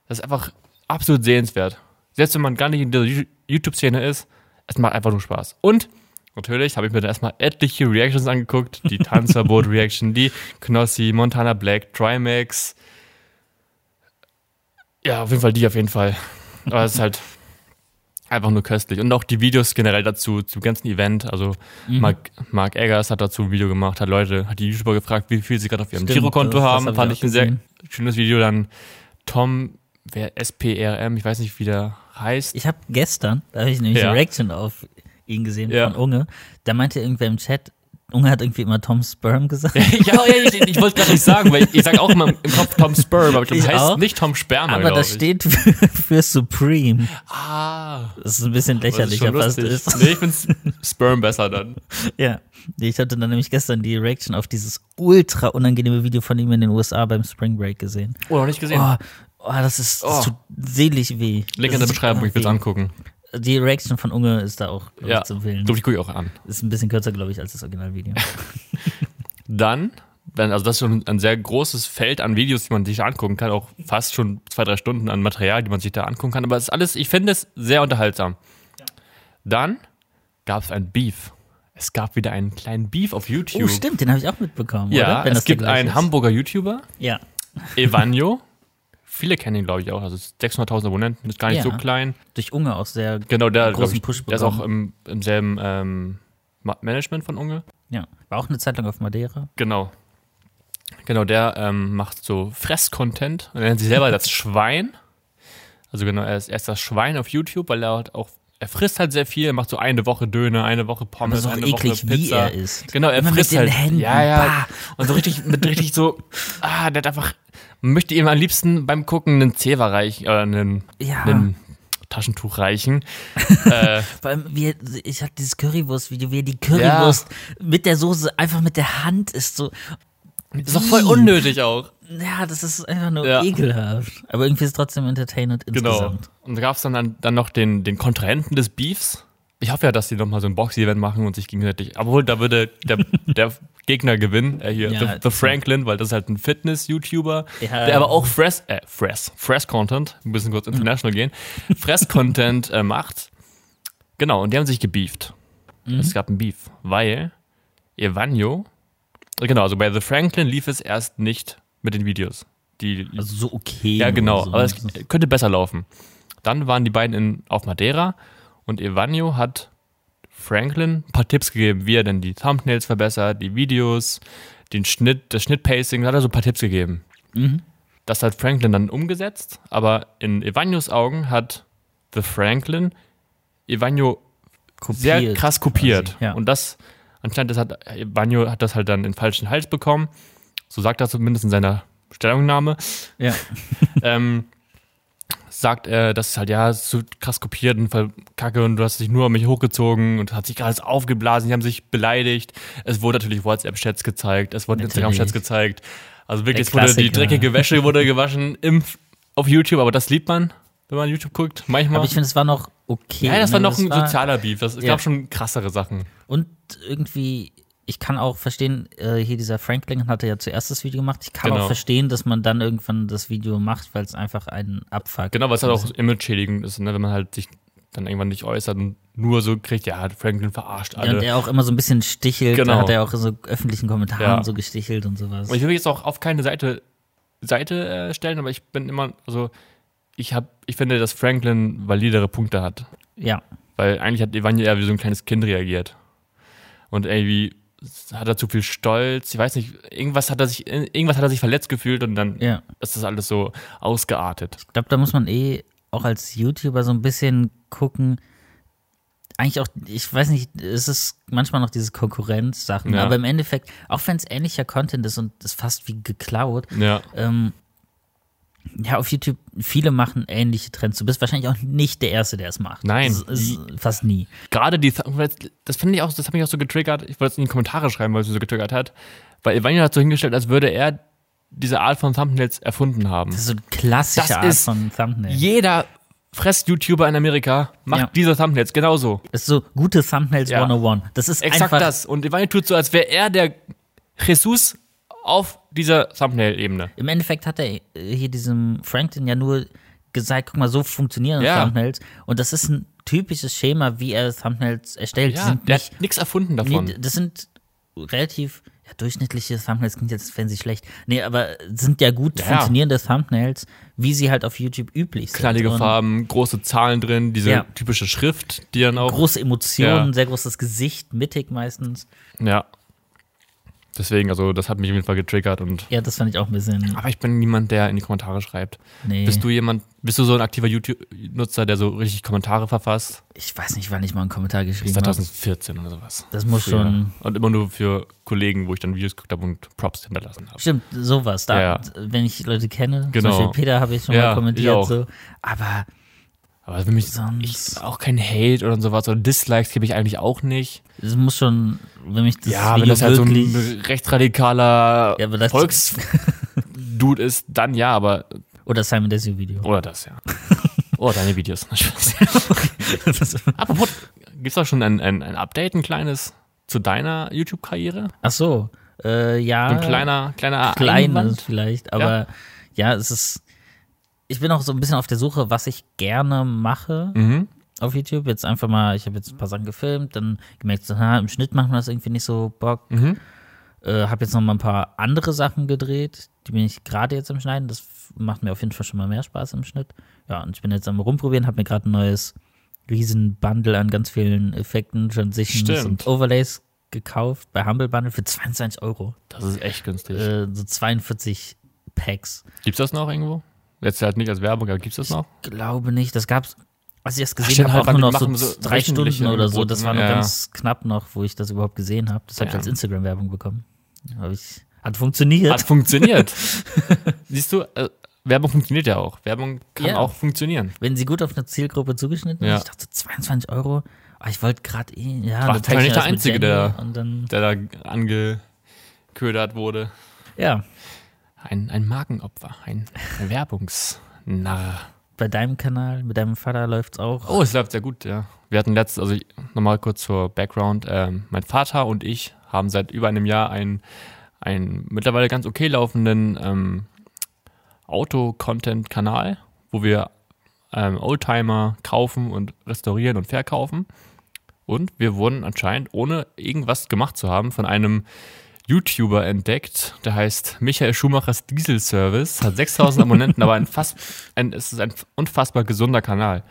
Das ist einfach absolut sehenswert. Selbst wenn man gar nicht in der Ju- YouTube-Szene ist, es macht einfach nur Spaß. Und natürlich habe ich mir dann erstmal etliche Reactions angeguckt. Die Tanzverbot-Reaction, die Knossi, Montana Black, Trimax. Ja, auf jeden Fall die auf jeden Fall. Aber es ist halt einfach nur köstlich. Und auch die Videos generell dazu, zum ganzen Event. Also
Mhm.
Mark, Mark Eggers hat dazu ein Video gemacht, hat Leute, hat die YouTuber gefragt, wie viel sie gerade auf ihrem
Stimmt,
Girokonto
das- das
haben.
hab ich
Fand
auch
ich ein sehr
gesehen.
schönes Video. Dann Tom, wer SPRM, ich weiß nicht, wie der heißt.
Ich habe gestern, da habe ich nämlich
Ja.
eine Reaction auf ihn gesehen
Ja.
von Unge. Da meinte irgendwer im Chat, Unge hat irgendwie immer Tom Sperm gesagt.
ja, ja, ich, ich wollte gerade nicht sagen, weil ich, ich sage auch immer im Kopf Tom Sperm, aber ich glaube,
Ich
das heißt
auch.
nicht Tom Sperma,
Aber
glaube
das
ich.
steht für, für Supreme.
ah,
Das ist ein bisschen
das ist
lächerlicher
schon
fast
lustig.
ist.
Nee, ich finde Sperm besser dann.
Ja. Ich hatte dann nämlich gestern die Reaction auf dieses ultra unangenehme Video von ihm in den USA beim Spring Break gesehen.
Oh, noch nicht gesehen.
Oh, oh das ist das
Oh.
tut selig weh.
Link
Das
in der
ist-
Beschreibung, ich will es angucken.
weh. Die Reaction von Unge ist da auch glaub ich,
Ja,
zu empfehlen.
glaube ich, gucke ich auch an.
Ist ein bisschen kürzer, glaube ich, als das Originalvideo.
Dann dann, also das ist schon ein sehr großes Feld an Videos, die man sich da angucken kann, auch fast schon zwei, drei Stunden an Material, die man sich da angucken kann. Aber es ist alles, ich finde es sehr unterhaltsam. Dann gab es ein Beef. Es gab wieder einen kleinen Beef auf YouTube.
Oh, stimmt, den habe ich auch mitbekommen,
ja,
oder? Wenn
es
das der
gibt
gleiche
einen
ist.
Hamburger YouTuber,
Ja.
Evanjo. Viele kennen ihn, glaube ich, auch. Also 600.000 Abonnenten, ist gar nicht
Ja.
so klein.
Durch Unge auch sehr.
Genau, der,
Großen
glaub ich,
Push
der ist auch
bekommen.
im, im selben ähm, Ma- Management von Unge.
Ja. War auch eine Zeit lang auf Madeira.
Genau. Genau, der ähm, macht so Fress-Content und er nennt sich selber das Schwein. Also genau, er ist erst das Schwein auf YouTube, weil er halt auch, er frisst halt sehr viel, er macht so eine Woche Döner, eine Woche
Aber
Pommes,
es ist auch
eine
eklig,
Woche
wie
Pizza.
er ist.
Genau, er
Immer
frisst
mit den
halt.
Händen.
Ja, ja.
Bah.
Und so richtig, mit richtig so, ah, der hat einfach, man möchte ihm am liebsten beim Gucken einen Zewa reichen, äh, einen,
Ja.
einen Taschentuch reichen.
Vor allem, wie, er- ich hatte dieses Currywurst-Video, wie er die Currywurst mit der Soße einfach mit der Hand ist. So,
Ist doch voll unnötig auch.
ja, das ist einfach nur
Ja.
ekelhaft. Aber irgendwie ist es trotzdem entertainend
Genau.
insgesamt.
Und da gab es dann, dann noch den, den Kontrahenten des Beefs. Ich hoffe ja, dass die nochmal so ein Box-Event machen und sich gegenseitig. Obwohl, da würde der, der Gegner gewinnen. Äh, hier,
Ja,
the, the Franklin, weil das ist halt ein Fitness-YouTuber,
Ja.
der aber auch Fress, äh, Fress, Fress-Content, wir müssen kurz international
Mhm.
gehen, Fress-Content äh, macht. Genau, und die haben sich gebeeft.
Mhm.
Es gab ein Beef, weil Evanjo, genau, also bei The Franklin lief es erst nicht mit den Videos. Die
Also so okay.
ja,
nur
genau.
So. Also
Aber es könnte besser laufen. Dann waren die beiden in, auf Madeira und Evanio hat Franklin ein paar Tipps gegeben, wie er denn die Thumbnails verbessert, die Videos, den Schnitt, das Schnittpacing, hat er so ein paar Tipps gegeben.
Mhm.
Das hat Franklin dann umgesetzt, aber in Evanios Augen hat The Franklin Evanio sehr
Kopiert
krass kopiert.
quasi, ja.
Und das, anscheinend, das hat, Evanio hat das halt dann in den falschen Hals bekommen. So sagt er zumindest in seiner Stellungnahme
ja.
ähm, sagt er, das ist halt ja ist so krass kopiert und voll kacke und du hast dich nur an mich hochgezogen und hat sich alles aufgeblasen, die haben sich beleidigt. Es wurde natürlich WhatsApp-Chats gezeigt, es wurden
Natürlich.
Instagram-Chats gezeigt. Also wirklich, es
Der
wurde die
Klassiker.
dreckige Wäsche wurde gewaschen im, auf YouTube, aber das liebt man, wenn man YouTube guckt, manchmal.
Aber ich finde, es war noch okay.
ja, das war
ne?
noch ein sozialer Beef. Das, es
Ja.
gab schon krassere Sachen.
Und irgendwie, ich kann auch verstehen, äh, hier dieser Franklin hatte ja zuerst das Video gemacht. Ich kann
Genau.
auch verstehen, dass man dann irgendwann das Video macht, weil es einfach einen abfuckt. Also
Genau, weil es halt auch image-schädigend ist, ne? wenn man halt sich dann irgendwann nicht äußert und nur so kriegt, ja, Franklin verarscht alle.
Ja, und er auch immer so ein bisschen stichelt.
Genau.
Da hat er auch in so öffentlichen Kommentaren
Ja.
so gestichelt und sowas.
Und ich will mich jetzt auch auf keine Seite, Seite äh, stellen, aber ich bin immer, also ich habe, ich finde, dass Franklin validere Punkte hat.
ja.
Weil eigentlich hat Evanja eher wie so ein kleines Kind reagiert. Und irgendwie hat er zu viel Stolz, ich weiß nicht, irgendwas hat er sich, irgendwas hat er sich verletzt gefühlt und dann
Ja.
ist das alles so ausgeartet.
Ich glaube, da muss man eh auch als YouTuber so ein bisschen gucken. Eigentlich auch, ich weiß nicht, es ist manchmal noch diese Konkurrenzsachen,
Ja.
aber im Endeffekt, auch wenn es ähnlicher Content ist und es fast wie geklaut,
Ja.
ähm, ja, auf YouTube, viele machen ähnliche Trends. Du bist wahrscheinlich auch nicht der Erste, der es macht.
Nein.
Das ist fast nie.
Gerade die, das finde ich auch, das hat mich auch so getriggert, ich wollte es in die Kommentare schreiben, weil es mich so getriggert hat, weil Evanja hat so hingestellt, als würde er diese Art von Thumbnails erfunden haben.
Das ist so eine klassische
Das
Art
ist
von Thumbnail.
Jeder Fress-YouTuber in Amerika macht
Ja.
diese Thumbnails genauso.
Das ist so gute Thumbnails
Ja.
101. Das ist
Exakt
einfach
das. Und Ivani tut so, als wäre er der Jesus auf dieser Thumbnail-Ebene.
Im Endeffekt hat er äh, hier diesem Franklin ja nur gesagt, guck mal, so funktionieren
Ja.
Thumbnails. Und das ist ein typisches Schema, wie er Thumbnails erstellt. Die
Ja,
sind
der
nicht,
hat nichts erfunden
nee,
davon.
d- das sind relativ ja, durchschnittliche Thumbnails, klingt jetzt fancy schlecht. Nee, aber sind ja gut
Ja.
funktionierende Thumbnails, wie sie halt auf YouTube üblich sind.
Knallige
Und
Farben, große Zahlen drin, diese
Ja.
typische Schrift, die dann auch.
Große Emotionen,
Ja.
sehr großes Gesicht, mittig meistens.
ja. Deswegen, also das hat mich auf jeden Fall getriggert und.
Ja, das fand ich auch ein bisschen.
Aber ich bin niemand, der in die Kommentare schreibt.
Nee.
Bist du jemand, bist du so ein aktiver YouTube-Nutzer, der so richtig Kommentare verfasst?
Ich weiß nicht, wann ich mal einen Kommentar geschrieben habe.
2014 oder sowas.
Das muss schon-
Und immer nur für Kollegen, wo ich dann Videos geguckt habe und Props hinterlassen habe.
Stimmt, sowas. Da,
Ja.
Wenn ich Leute kenne,
Genau.
zum Beispiel Peter habe ich schon
Ja,
mal
ich
kommentiert.
auch.
So. Aber
Aber für mich
Sonst-
ich, auch kein Hate oder sowas oder Dislikes gebe ich eigentlich auch nicht.
es muss schon, wenn mich das
ja,
Video
wenn das halt so
wirklich,
ein rechtsradikaler
Ja, aber das-
Volksdude ist, dann ja, aber
oder Simon Desio Video.
oder das ja. Oder deine Videos. Apropos, gibt's da schon ein, ein, ein Update, ein kleines zu deiner YouTube-Karriere?
Ach so, Äh, ja.
Ein kleiner, kleiner
kleines
Einwand.
vielleicht, aber ja. es ist. Ich bin auch so ein bisschen auf der Suche, was ich gerne mache
Mhm.
auf YouTube. Jetzt einfach mal, ich habe jetzt ein paar Sachen gefilmt, dann gemerkt, so, na, im Schnitt macht man das irgendwie nicht so Bock.
Mhm.
Äh, habe jetzt noch mal ein paar andere Sachen gedreht, die bin ich gerade jetzt am Schneiden. Das f- macht mir auf jeden Fall schon mal mehr Spaß im Schnitt. Ja, und ich bin jetzt am Rumprobieren, habe mir gerade ein neues Riesen-Bundle an ganz vielen Effekten, Transitions
Stimmt.
und Overlays gekauft bei Humble Bundle für 22 Euro.
Das ist echt günstig. Gibt's
Äh, so 42 Packs.
Gibt es das noch irgendwo? Jetzt halt nicht als Werbung, aber gibt es das noch?
Glaube nicht, das gab's. Als ich das
stimmt,
gesehen
halt,
habe,
weil
auch nur
die
noch so,
machen so
drei Stunden
wöchentliche
oder so.
Angebote,
Das
ne?
war nur
Ja.
ganz knapp noch, wo ich das überhaupt gesehen habe. Das habe ich
Ja.
als Instagram-Werbung bekommen. Hab ich, hat funktioniert.
Hat funktioniert. Siehst du, äh, Werbung funktioniert ja auch. Werbung kann
Ja.
auch funktionieren.
wenn sie gut auf eine Zielgruppe zugeschnitten
Ja.
ist. Ich dachte, 22 Euro. Aber ich wollte gerade eh. Ja,
War
dann
wahrscheinlich
teile ich
der
das mit
Einzige,
Jenny
der-
Und dann,
Der da angeködert wurde.
ja,
Ein, ein Markenopfer, ein Werbungsnarr.
bei deinem Kanal, mit deinem Vater läuft's auch.
Oh, es läuft sehr gut, ja. Wir hatten letztes, also ich- nochmal kurz zur Background. Ähm, mein Vater und ich haben seit über einem Jahr einen, einen mittlerweile ganz okay laufenden ähm, Auto-Content-Kanal, wo wir ähm, Oldtimer kaufen und restaurieren und verkaufen. Und wir wurden anscheinend, ohne irgendwas gemacht zu haben, von einem YouTuber entdeckt, der heißt Michael Schumachers Diesel Service, hat 6000 Abonnenten, aber ein fast, ein, es ist ein unfassbar gesunder Kanal,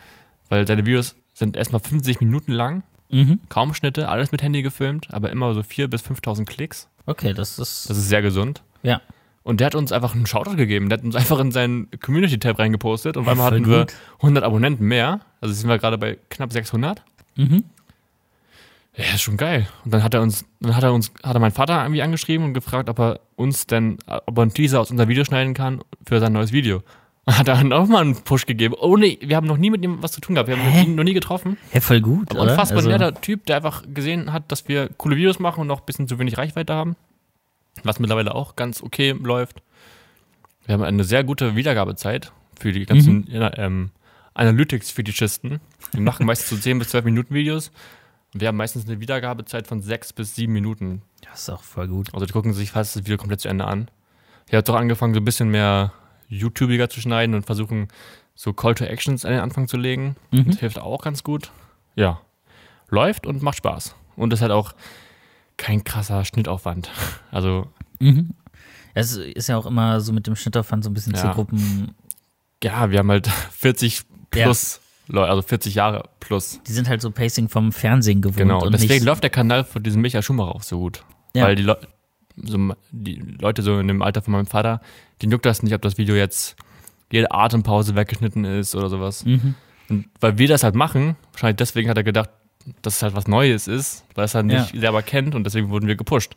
weil seine Videos sind erstmal 50 Minuten lang,
Mhm.
kaum Schnitte, alles mit Handy gefilmt, aber immer so 4.000 bis 5.000 Klicks.
Okay, das ist.
Das ist sehr gesund.
ja.
Und der hat uns einfach einen Shoutout gegeben. Der hat uns einfach in seinen Community-Tab reingepostet und auf einmal
voll
hatten wir
gut.
100 Abonnenten mehr. Also sind wir gerade bei knapp 600.
Mhm.
Ja, ist schon geil. Und dann hat er uns, dann hat er uns, hat er meinen Vater irgendwie angeschrieben und gefragt, ob er uns denn, ob er einen Teaser aus unserem Video schneiden kann für sein neues Video. Und hat er dann auch mal einen Push gegeben. Oh nee, wir haben noch nie mit ihm was zu tun gehabt. Wir haben
Hä?
ihn noch nie getroffen.
Ja, voll gut.
Aber
oder?
unfassbar
Also,
netter Typ, der einfach gesehen hat, dass wir coole Videos machen und noch ein bisschen zu wenig Reichweite haben. Was mittlerweile auch ganz okay läuft. Wir haben eine sehr gute Wiedergabezeit für die ganzen
Mhm.
ja, ähm, Analytics-Fetischisten. Die machen meistens so 10 bis 12 Minuten Videos. Und wir haben meistens eine Wiedergabezeit von 6 bis 7 Minuten.
Das ist auch voll gut.
Also die gucken sich fast das Video komplett zu Ende an. Ich habe doch angefangen, so ein bisschen mehr YouTubiger zu schneiden und versuchen, so Call to Actions an den Anfang zu legen.
Hm?
Das hilft auch ganz gut. Ja. Läuft und macht Spaß. Und ist halt auch kein krasser Schnittaufwand. Also,
Es ist ja auch immer so mit dem Schnittaufwand so ein bisschen
Ja.
Zielgruppen.
ja, wir haben halt 40
Ja.
plus Leute, also 40 Jahre plus.
Die sind halt so Pacing vom Fernsehen gewohnt.
Genau.
Und
deswegen
nicht,
läuft der Kanal von diesem Michael Schumacher auch so gut.
Ja.
Weil die, Leu- so, m- die Leute so in dem Alter von meinem Vater, den juckt das nicht, ob das Video jetzt jede Atempause weggeschnitten ist oder sowas.
Mhm.
Und weil wir das halt machen, wahrscheinlich deswegen hat er gedacht, dass es halt was Neues ist, weil er es halt
Ja.
nicht selber kennt und deswegen wurden wir gepusht.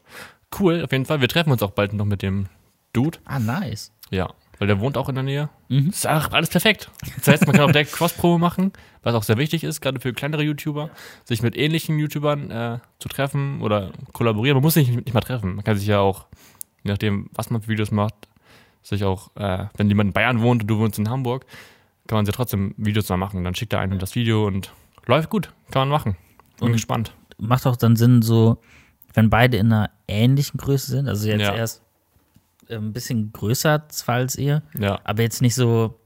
Cool, auf jeden Fall. Wir treffen uns auch bald noch mit dem Dude.
Ah, nice.
Ja. Weil der wohnt auch in der Nähe. Das ist einfach alles perfekt. Das heißt, man kann auch direkt Cross-Promo machen, was auch sehr wichtig ist, gerade für kleinere YouTuber, sich mit ähnlichen YouTubern äh, zu treffen oder kollaborieren. Man muss sich nicht mal treffen. Man kann sich ja auch, je nachdem, was man für Videos macht, sich auch, äh, wenn jemand in Bayern wohnt und du wohnst in Hamburg, kann man sich trotzdem Videos zusammen machen. Dann schickt der einen das Video und läuft gut. Kann man machen. Bin
Und-
gespannt.
macht auch dann Sinn, so, wenn beide in einer ähnlichen Größe sind, also jetzt
Ja.
erst äh, ein bisschen größer zwar als ihr,
Ja.
aber jetzt nicht so,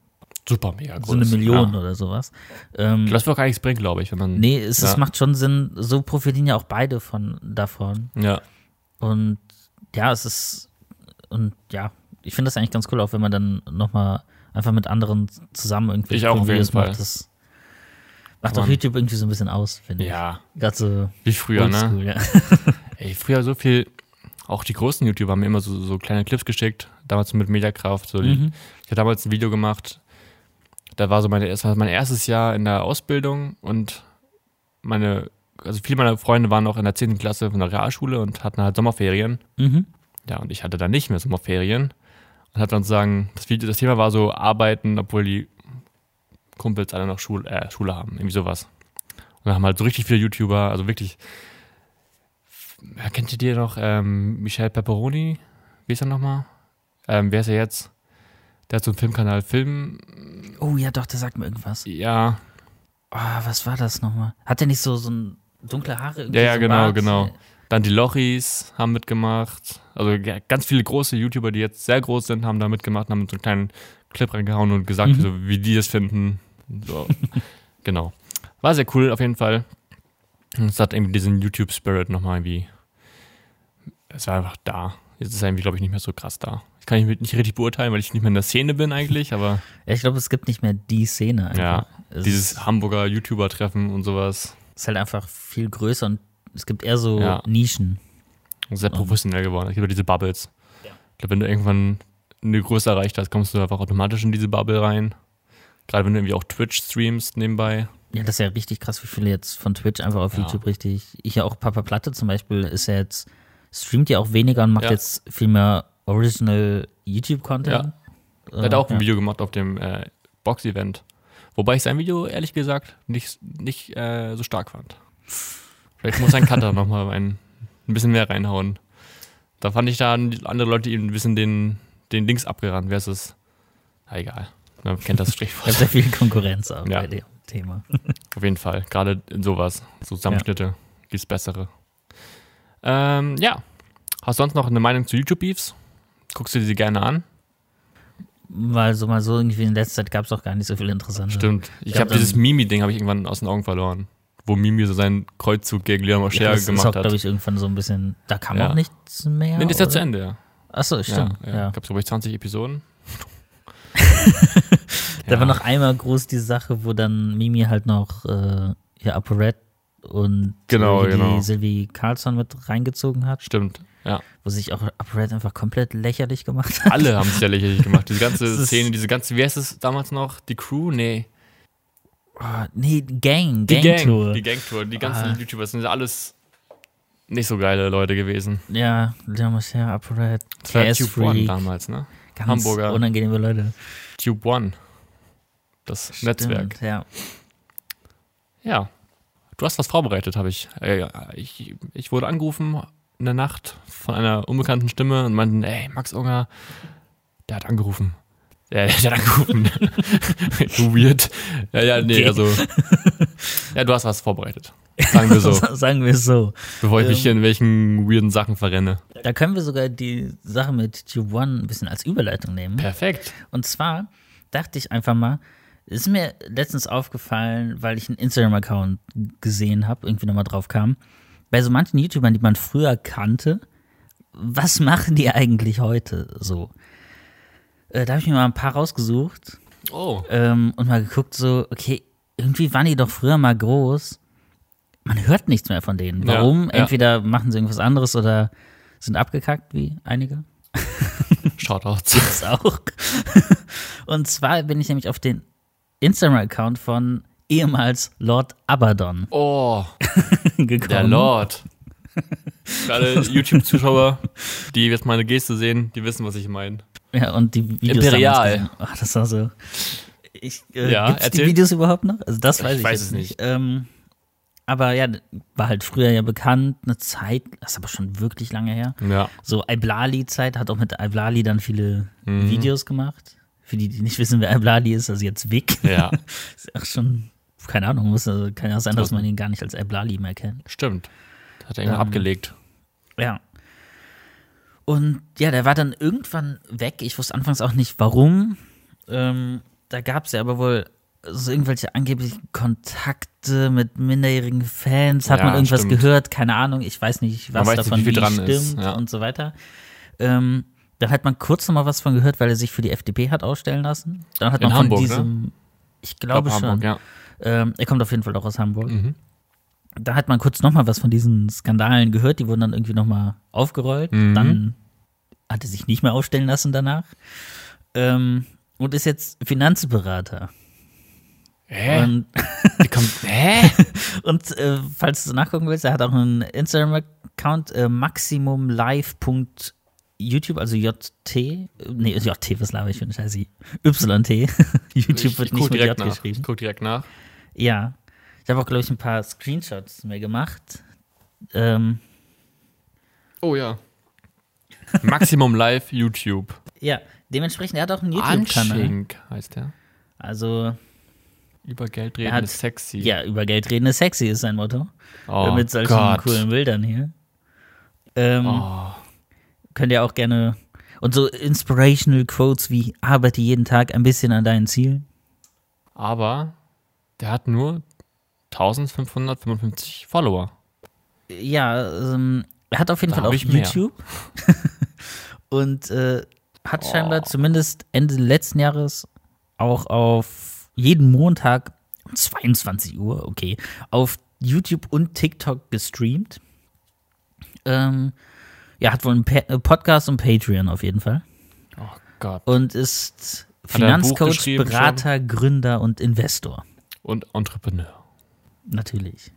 Super mega groß.
so eine Million
Ja.
oder sowas. Ähm,
Das wird auch gar nichts bringen, glaube ich, wenn man.
nee, es, es
Ja.
macht schon Sinn, so profitieren ja auch beide von davon.
Ja.
Und ja, es ist, und ja, ich finde das eigentlich ganz cool, auch wenn man dann nochmal einfach mit anderen zusammen irgendwie
Ich auch
coole
auf jeden
Videos
Fall.
macht. Das macht
Kann
auch
man-
YouTube irgendwie so ein bisschen aus, finde ich.
Ja.
Gerade so
Wie früher, ne?
oldschool, ja.
Ey, früher so viel, auch die großen YouTuber haben mir immer so, so kleine Clips geschickt, damals mit Mediakraft. So
Mhm.
die- Ich habe damals ein Video gemacht, da war so meine, das war mein erstes Jahr in der Ausbildung und meine, also viele meiner Freunde waren noch in der 10. Klasse von der Realschule und hatten halt Sommerferien.
Mhm.
Ja, und ich hatte dann nicht mehr Sommerferien und hat dann sagen, das, Video, das Thema war so arbeiten, obwohl die Kumpels alle noch Schule, äh, Schule haben, irgendwie sowas. Und dann haben halt so richtig viele YouTuber, also wirklich. Ja, kennt ihr dir noch ähm, Michel Pepperoni? Wie ist er nochmal? Ähm, wer ist er jetzt? Der hat so einen Filmkanal Film.
Oh ja, doch, der sagt mir irgendwas.
Ja,
Ah, was war das nochmal? Hat der nicht so, so ein dunkle Haare? irgendwie
Ja, ja,
so
genau,
Bart?
genau. Dann die Lochis haben mitgemacht. Also ja, ganz viele große YouTuber, die jetzt sehr groß sind, haben da mitgemacht und haben so einen kleinen Clip reingehauen und gesagt, wie so, wie die es finden. So. genau. War sehr cool auf jeden Fall. Und Es hat irgendwie diesen YouTube-Spirit nochmal irgendwie. Es war einfach da. Jetzt ist er irgendwie, glaube ich, nicht mehr so krass da. Das kann ich nicht richtig beurteilen, weil ich nicht mehr in der Szene bin eigentlich, aber
Ja, ich glaube, es gibt nicht mehr die Szene.
ja,
Einfach. es
dieses Hamburger YouTuber-Treffen und sowas.
ist halt einfach viel größer und es gibt eher so
Ja.
Nischen.
sehr professionell geworden. Es gibt ja diese Bubbles. Ich glaube, wenn du irgendwann eine Größe erreicht hast, kommst du einfach automatisch in diese Bubble rein. Gerade wenn du irgendwie auch Twitch streamst nebenbei.
Ja, das ist ja richtig krass, wie viele jetzt von Twitch einfach auf
Ja.
YouTube richtig. Ich ja auch Papa Platte zum Beispiel ist ja jetzt, streamt ja auch weniger und macht
Ja.
jetzt viel mehr Original YouTube-Content. Äh, Ah, Ja.
Er hat auch ein Video gemacht auf dem äh, Box-Event. Wobei ich sein Video, ehrlich gesagt, nicht, nicht äh, so stark fand. Vielleicht muss ein Cutter nochmal ein, ein bisschen mehr reinhauen. Da fand ich da andere Leute die ihm ein bisschen den, den Links abgerannt. Wer ist es? Na, egal. Man kennt das
Ich habe
Strichwort.
sehr viel Konkurrenz auch
Ja.
bei dem Thema.
Auf jeden Fall. Gerade in sowas. So Zusammenschnitte gibt's bessere. Ähm, ja. Hast du sonst noch eine Meinung zu YouTube-Beefs? Guckst du dir die gerne an?
Mal so, mal so, irgendwie in letzter Zeit gab es auch gar nicht so viel Interessantes.
Stimmt. Ich
Ja,
habe dieses
dann-
Mimi-Ding habe ich irgendwann aus den Augen verloren. Wo Mimi so seinen Kreuzzug gegen Leon Mascher
Ja, das ist auch,
gemacht hat.
glaube ich, irgendwann so ein bisschen, da kam
Ja.
auch nichts mehr.
Nee, das ist ja
oder?
zu Ende, ja.
Achso, stimmt.
ja, ja.
ja.
Gab's, glaube ich, 20 Episoden.
Da war noch einmal groß die Sache, wo dann Mimi halt noch äh, hier ApoRed und
Genau,
Sylvie,
genau.
die Sylvie Carlson mit reingezogen hat,
Stimmt. Ja.
wo sich auch ApoRed einfach komplett lächerlich gemacht hat.
Alle haben es ja lächerlich gemacht. Diese
Das
ganze
ist-
Szene, diese ganze, wer ist es damals noch? Die Crew? Nee.
Oh, nee, Gang,
Ah. Die
Gang-Tour.
Die Gang-Tour. Die ganzen
Ah.
YouTuber sind ja alles nicht so geile Leute gewesen.
ja, Leon Mascher, ApoRed,
Das war
KS
Tube One
Freak,
damals, ne?
ganz
Hamburger.
unangenehme Leute.
Tube One. Das Netzwerk.
Stimmt, ja.
Ja. Du hast was vorbereitet, habe ich. Äh, ich. Ich wurde angerufen in der Nacht von einer unbekannten Stimme und meinten, ey, Max Unger, der hat angerufen. Der, der hat angerufen. du weird. Ja, ja, nee,
Okay.
also. Ja, du hast was vorbereitet. Sagen wir so,
Sagen wir es so.
bevor ich
Ähm.
mich hier in welchen weirden Sachen verrenne.
Da können wir sogar die Sache mit Tube One ein bisschen als Überleitung nehmen.
Perfekt.
Und zwar dachte ich einfach mal, ist mir letztens aufgefallen, weil ich einen Instagram-Account gesehen habe, irgendwie nochmal drauf kam. Bei so manchen YouTubern, die man früher kannte, was machen die eigentlich heute so? Äh, da habe ich mir mal ein paar rausgesucht
Oh.
ähm, und mal geguckt, so, okay, irgendwie waren die doch früher mal groß. Man hört nichts mehr von denen.
Ja,
Warum?
ja.
Entweder machen sie irgendwas anderes oder sind abgekackt, wie einige
Shoutouts.
das auch. Und zwar bin ich nämlich auf den Instagram-Account von ehemals Lord Abaddon
Oh.
gekommen.
Der Lord. Für alle YouTube-Zuschauer, die jetzt meine Geste sehen, die wissen, was ich meine.
Ja, und die Videos
Imperial.
damals gesehen. Ach, das war so. Ich, äh,
Ja,
gibt's die
erzähl.
Videos überhaupt noch? Also das
Ich
weiß ich,
weiß
jetzt
es
nicht. Ähm, aber ja, war halt früher ja bekannt, eine Zeit, das ist aber schon wirklich lange her.
Ja.
So Iblali-Zeit, hat auch mit Iblali dann viele
Mhm.
Videos gemacht. Für die, die nicht wissen, wer Iblali ist, also jetzt Vic.
Ja,
Ist auch schon, keine Ahnung, muss, also kann ja sein, dass man ihn gar nicht als Eblali mehr kennt.
stimmt. Hat er irgendwann
Ähm,
abgelegt.
Ja. Und ja, der war dann irgendwann weg. Ich wusste anfangs auch nicht, warum. Ähm, da gab es ja aber wohl so irgendwelche angeblichen Kontakte mit minderjährigen Fans. Hat
Ja,
man irgendwas
stimmt.
gehört? Keine Ahnung. Ich weiß nicht,
Man
was
weiß nicht,
davon
wie viel dran
stimmt
ist, ja.
und so weiter. Ähm, dann hat man kurz nochmal was von gehört, weil er sich für die FDP hat ausstellen lassen. Dann hat
In
man
Hamburg,
von
ne?
diesem, ich glaube
Ab
schon,
Hamburg, ja.
Ähm, er kommt auf jeden Fall auch aus Hamburg.
Mhm.
Da hat man kurz nochmal was von diesen Skandalen gehört, die wurden dann irgendwie nochmal aufgerollt.
Mhm.
Dann hat er sich nicht mehr aufstellen lassen danach. Ähm, und ist jetzt Finanzberater.
Hä?
Und,
Wie kommt, hä?
und äh, falls du nachgucken willst, er hat auch einen Instagram-Account, äh, maximumlive.youtube, also JT, äh, nee, JT, was laber ich für eine Scheiße, YT, YouTube
Ich,
wird
ich
nicht
guck
mit
direkt
J
nach.
geschrieben.
Ich guck direkt nach.
Ja. Ich habe auch, glaube ich, ein paar Screenshots mir gemacht. Ähm,
Oh ja. Maximum Live YouTube.
ja, dementsprechend, er hat auch einen YouTube-Kanal.
Anschink heißt er.
Also,
Über Geld
Er
reden
hat-
ist sexy.
ja, über Geld reden ist sexy, ist sein Motto.
oh,
Mit solchen
Gott.
coolen Bildern hier. Ähm,
Oh.
Könnt ihr auch gerne. Und so inspirational Quotes wie arbeite jeden Tag ein bisschen an deinen Zielen.
Aber der hat nur 1555 Follower.
Ja, ähm, er hat auf jeden
Da
Fall
hab
auf
ich mehr.
YouTube. und äh, hat
Oh.
scheinbar zumindest Ende letzten Jahres auch auf jeden Montag um 22 Uhr, okay, auf YouTube und TikTok gestreamt. Ähm, ja, hat wohl einen Pa- äh, Podcast und Patreon auf jeden Fall.
Oh Gott.
Und ist
Hat er ein Buch
Finanzcoach,
geschrieben
Berater, Gründer und Investor.
Und Entrepreneur.
Natürlich.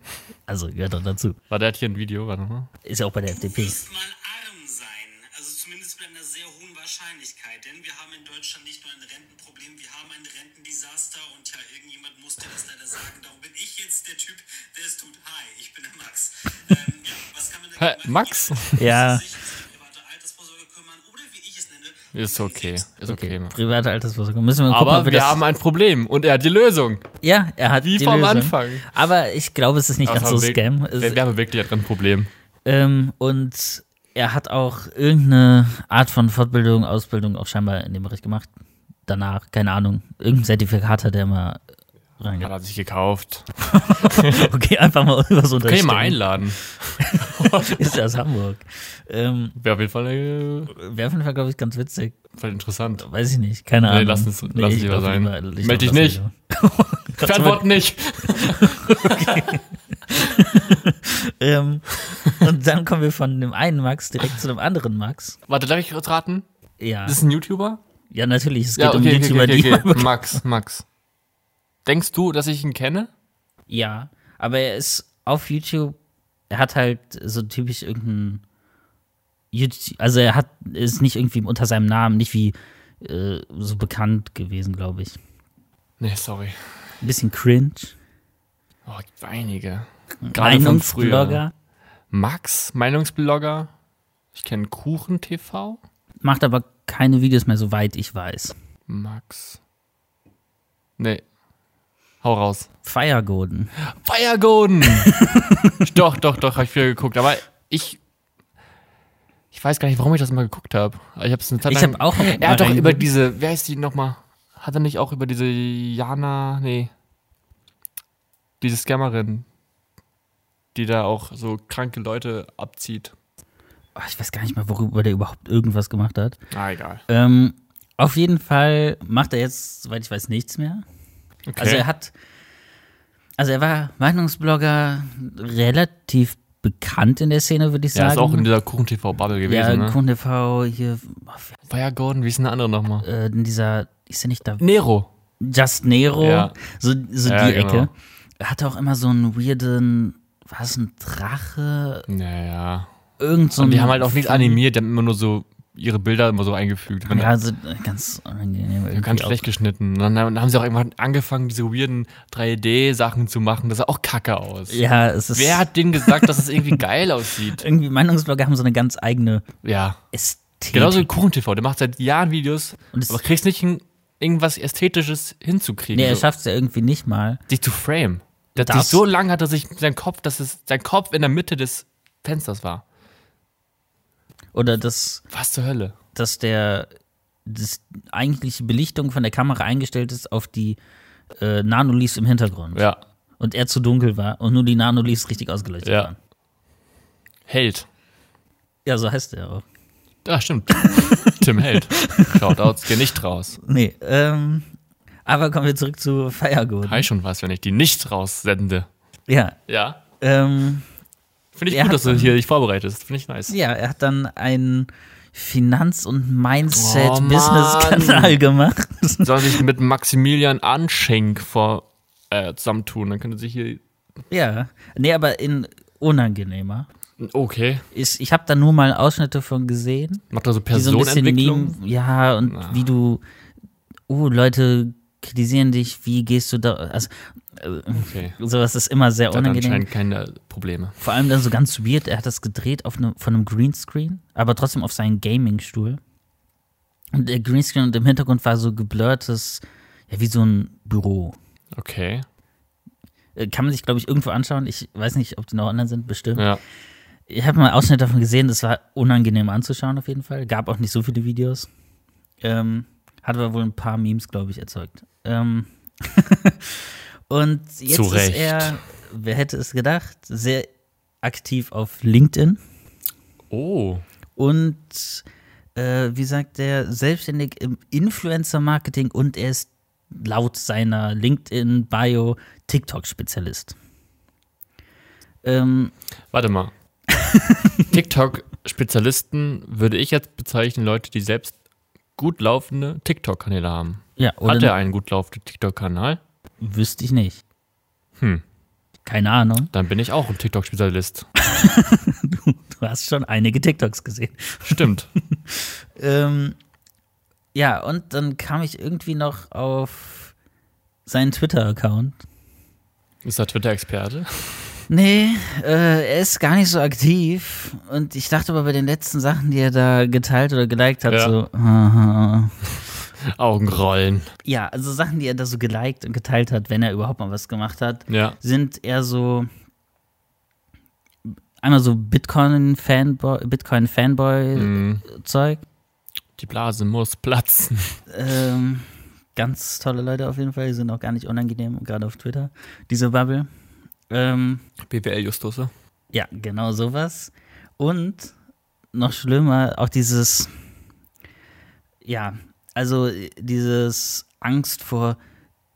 Also gehört doch dazu.
War der hat hier ein Video, warte mal.
Ist ja auch bei der FDP.
muss man arm sein. Also zumindest mit einer sehr hohen Wahrscheinlichkeit. Denn wir haben in Deutschland nicht nur ein Rentenproblem, wir haben ein Rentendesaster. Und ja, irgendjemand musste das leider sagen. Darum bin ich jetzt der Typ, der es tut. Hi, ich bin der Max. Ähm, ja, was kann man denn
Hä,
machen?
Max?
Ja.
Sich um die private Altersvorsorge kümmern oder wie ich es nenne. um
Ist okay. Ist okay. Mann.
Private Altersvorsorge. Müssen wir mal gucken,
Aber
ob wir
wir
das
haben ein Problem und er hat die Lösung.
Ja, er hat
Wie
die
vom
Lösung.
Anfang.
Aber ich glaube, es ist nicht ganz so
wir,
Scam. Es,
wir, wir haben wirklich ein Problem.
ähm, und er hat auch irgendeine Art von Fortbildung, Ausbildung auch scheinbar in dem Bereich gemacht. Danach, keine Ahnung, irgendein Zertifikat hat er mal
Hat
reingegangen.
er sich gekauft.
Okay, einfach mal über so
Kann ich mal einladen.
Ist ja aus Hamburg. Ähm,
Wäre auf jeden Fall, äh,
Wäre auf jeden Fall, glaube ich, ganz witzig.
voll interessant.
Weiß ich nicht, keine Ahnung.
Nee, lass uns lass
ich
es lieber
glaub,
sein.
lieber- ich
Meld
glaub,
dich
lass
nicht.
lieber.
Verantworten nicht.
Ähm, und dann kommen wir von dem einen Max direkt zu dem anderen Max.
Warte, darf ich kurz raten?
Ja,
Das ist ein YouTuber?
ja natürlich, es geht um YouTuber, die man
Max, Max. Denkst du, dass ich ihn kenne?
Ja, aber er ist auf YouTube, er hat halt so typisch irgendeinen YouTube, also er hat ist nicht irgendwie unter seinem Namen, nicht wie äh, so bekannt gewesen, glaube ich.
Nee, sorry.
Ein bisschen cringe.
Oh, gibt einige.
Meinungsblogger.
Max, Meinungsblogger. Ich kenne Kuchen TV.
Macht aber keine Videos mehr, soweit ich weiß.
Max. Nee. Hau raus.
Firegoden.
Firegoden! doch, doch, doch, habe ich früher geguckt. Aber ich. Ich weiß gar nicht, warum ich das mal geguckt habe. Ich habe es eine Zeit
Ich
lang.
hab auch mal
Er hat doch über
reingeguckt.
diese. Wer heißt die nochmal? Hat er nicht auch über diese Jana. Nee. Diese Scammerin. Die da auch so kranke Leute abzieht.
Oh, ich weiß gar nicht mal, worüber der überhaupt irgendwas gemacht hat.
Ah, egal.
Ähm, auf jeden Fall macht er jetzt, soweit ich weiß, nichts mehr.
Okay.
Also er hat, also er war Meinungsblogger relativ bekannt in der Szene, würde ich
ja,
sagen.
ist auch in dieser Kuchen TV-Bubble
ja,
gewesen. ne?
Kunde V hier
Firegoden, wie ist denn der andere nochmal?
äh, in dieser, ist er nicht da?
Nero.
Just Nero,
Ja.
so, so
Ja,
die
genau.
Ecke. Er hatte auch immer so einen weirden, war es ein Drache?
Naja.
Irgend so
Und die
ein-
haben halt auch nichts animiert, die haben immer nur so ihre Bilder immer so eingefügt. Wenn
Ja, also äh, ganz unangenehm. irgendwie
Ganz
auch.
schlecht geschnitten. Und dann haben sie auch irgendwann angefangen, diese weirden 3D-Sachen zu machen. Das sah auch kacke aus.
Ja, es ist.
Wer hat denen gesagt, dass es irgendwie geil aussieht?
irgendwie Meinungsblogger haben so eine ganz eigene
Ja.
Ästhetik.
Genauso wie KuchenTV. Der macht seit Jahren Videos,
Und es-
aber kriegst nicht hin, irgendwas Ästhetisches hinzukriegen.
Nee, er
so,
schafft es ja irgendwie nicht mal.
dich zu frame. Der hat
Das-
sich so lang hat er sich seinen Kopf, dass es sein Kopf in der Mitte des Fensters war.
Oder das
Was zur Hölle?
dass der das eigentliche Belichtung von der Kamera eingestellt ist auf die äh, Nanolies im Hintergrund.
Ja.
Und er zu dunkel war und nur die Nanolies richtig ausgeleuchtet
Ja.
waren.
Held.
Ja, so heißt er auch.
Ja, Ah, stimmt. Tim Held. Shoutouts gehen nicht raus.
Nee, ähm, aber kommen wir zurück zu Feiergut.
Hi schon was, wenn ich die nicht raussende.
Ja,
Ja.
ähm,
Finde ich
Er
gut,
hat
dass du hier dich vorbereitest. Finde ich nice.
ja, er hat dann einen Finanz- und
Oh, Mann.
Mindset-Business-Kanal gemacht.
Soll sich mit Maximilian Anschenk vor, äh, zusammentun, dann könnte sich hier.
ja, nee, aber in unangenehmer.
Okay.
Ich, ich habe da nur mal Ausschnitte von gesehen.
Macht er so
die so ein bisschen
Personenentwicklung?
Meme, ja, und wie du, oh, Leute kritisieren dich, wie gehst du da, also
okay.
sowas ist immer sehr
Der hat
unangenehm.
anscheinend keine Probleme.
Vor allem dann so ganz weird, er hat das gedreht auf einem von einem Greenscreen, aber trotzdem auf seinen Gaming-Stuhl. Und der Greenscreen und im Hintergrund war so geblurrtes, ja, wie so ein Büro.
Okay.
Äh, Kann man sich, glaube ich, irgendwo anschauen. Ich weiß nicht, ob die noch online sind, bestimmt.
Ja.
Ich habe mal einen Ausschnitt davon gesehen, das war unangenehm anzuschauen auf jeden Fall. Gab auch nicht so viele Videos. Ähm, hat aber wohl ein paar Memes, glaube ich, erzeugt. Ähm und jetzt
Zu Recht.
ist er, wer hätte es gedacht, sehr aktiv auf LinkedIn
Oh,
und äh, wie sagt er, selbstständig im Influencer-Marketing und er ist laut seiner LinkedIn-Bio TikTok-Spezialist. Ähm,
warte mal. TikTok-Spezialisten würde ich jetzt bezeichnen, Leute, die selbst gut laufende TikTok-Kanäle haben.
ja, oder
Hat er einen gut laufenden TikTok-Kanal?
wüsste ich nicht.
Hm.
Keine Ahnung.
Dann bin ich auch ein TikTok-Spezialist.
Du hast schon einige TikToks gesehen.
Stimmt.
Ähm, ja, und dann kam ich irgendwie noch auf seinen Twitter-Account.
Ist er Twitter-Experte?
Nee, äh, er ist gar nicht so aktiv. Und ich dachte aber bei den letzten Sachen, die er da geteilt oder geliked hat,
Ja.
so. aha.
Augenrollen.
Ja, also Sachen, die er da so geliked und geteilt hat, wenn er überhaupt mal was gemacht hat,
Ja.
sind eher so. Einmal so Bitcoin-Fanboy-Zeug. Bitcoin Fanboy Zeug.
Mm. Die Blase muss platzen.
Ähm, ganz tolle Leute auf jeden Fall, die sind auch gar nicht unangenehm, gerade auf Twitter, diese Bubble. Ähm, ne?
BWL-Justusse.
ja, genau sowas. Und noch schlimmer, auch dieses, ja, also äh, dieses Angst vor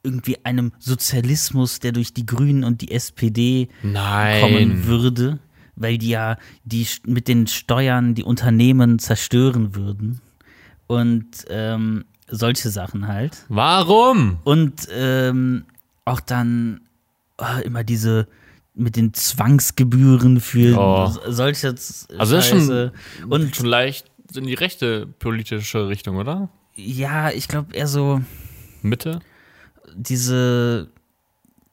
irgendwie einem Sozialismus, der durch die Grünen und die SPD kommen
Nein.
würde, weil die ja die Sch- mit den Steuern die Unternehmen zerstören würden. Und ähm, solche Sachen halt.
Warum?
Und ähm, auch dann ah, immer diese mit den Zwangsgebühren für
Oh.
so- solche Z-
Also das ist schon-
Scheiße. Und
Vielleicht in die rechte politische Richtung, oder?
ja, ich glaube eher so
Mitte?
diese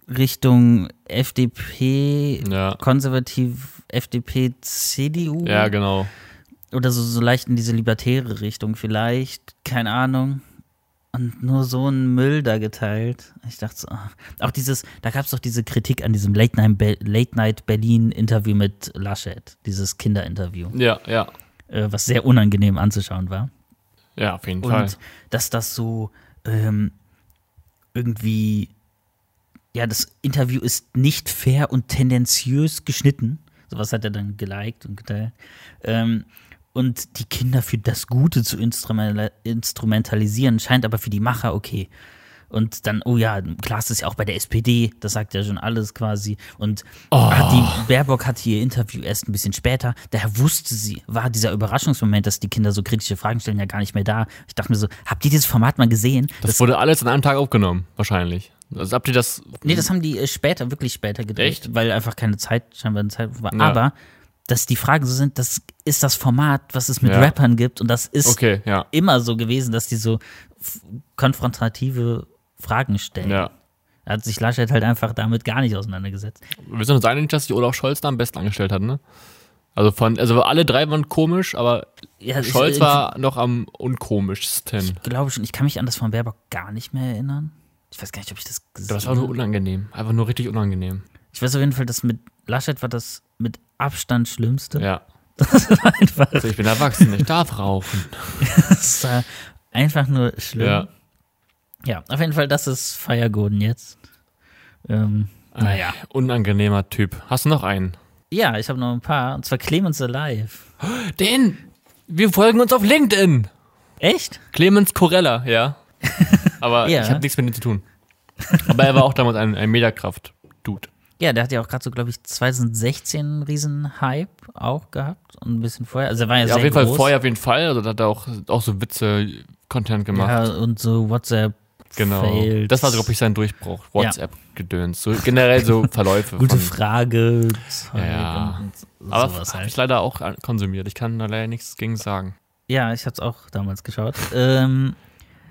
Richtung FDP,
Ja.
konservativ FDP, CDU
Ja, genau.
oder so, so leicht in diese libertäre Richtung vielleicht, keine Ahnung. Und nur so ein Müll da geteilt. Ich dachte so, ah. auch dieses, da gab es doch diese Kritik an diesem Late Night, Be Late Night Berlin Interview mit Laschet, dieses Kinderinterview,
Ja, ja.
äh, was sehr unangenehm anzuschauen war.
Ja, auf jeden
Und
Fall.
dass das so ähm, irgendwie, ja, das Interview ist nicht fair und tendenziös geschnitten. Sowas hat er dann geliked und geteilt. Ähm, und die Kinder für das Gute zu instrumentali- instrumentalisieren, scheint aber für die Macher okay. Und dann, oh ja, Klaas ist ja auch bei der SPD, das sagt ja schon alles quasi. Und
Oh.
hat die, Baerbock hatte ihr Interview erst ein bisschen später, daher wusste sie, war dieser Überraschungsmoment, dass die Kinder so kritische Fragen stellen, ja gar nicht mehr da. Ich dachte mir so, habt ihr dieses Format mal gesehen?
Das, wurde alles an einem Tag aufgenommen, wahrscheinlich. Also habt ihr das.
Nee, das haben die äh, später, wirklich später gedreht,
Echt?
weil einfach keine Zeit, scheinbar eine Zeit war.
Ja.
Aber, dass die Fragen so sind, das ist das Format, was es mit
Ja.
Rappern gibt und das ist
Okay, ja.
immer so gewesen, dass die so f- konfrontative Fragen stellen.
Ja.
Da hat sich Laschet halt einfach damit gar nicht auseinandergesetzt.
Wir sind uns einig, dass die Olaf Scholz da am besten angestellt hat, ne? Also von, also alle drei waren komisch, aber
Ja, ich-
Scholz
ich-
war noch am unkomischsten.
glaube schon, ich kann mich an das von Baerbock gar nicht mehr erinnern. Ich weiß gar nicht, ob ich das
Das
gesehen
war nur
habe.
unangenehm. Einfach nur richtig unangenehm.
Ich weiß auf jeden Fall, dass mit Laschet war das mit Abstand Schlimmste.
Ja.
Das war einfach,
Also ich bin erwachsen, ich darf rauchen.
das war einfach nur schlimm.
Ja.
Ja. auf jeden Fall, das ist Fire Golden jetzt. Ähm, naja.
Ein Unangenehmer Typ. Hast du noch einen?
Ja, ich habe noch ein paar. Und zwar Clemens Alive.
Den! Wir folgen uns auf LinkedIn!
Echt?
Clemens Corella, ja. Aber
Ja.
ich habe nichts mit ihm zu tun. Aber er war auch damals ein, ein Mediakraft-Dude.
Ja, der hat ja auch gerade so, glaube ich, 2016 einen riesen Hype auch gehabt. Und ein bisschen vorher. Also er war ja,
Ja,
sehr
auf jeden
groß.
Fall vorher auf jeden Fall. Also da hat er auch, auch so Witze, Content gemacht.
Ja, und so WhatsApp.
genau.
Fails.
Das war, glaube ich, sein Durchbruch. WhatsApp-Gedöns. So, generell so Verläufe.
Gute
von,
Frage.
Ja.
Und, und
aber
sowas
habe ich
halt.
leider auch an- konsumiert. Ich kann da leider nichts gegen sagen.
Ja, ich hab's auch damals geschaut. ähm,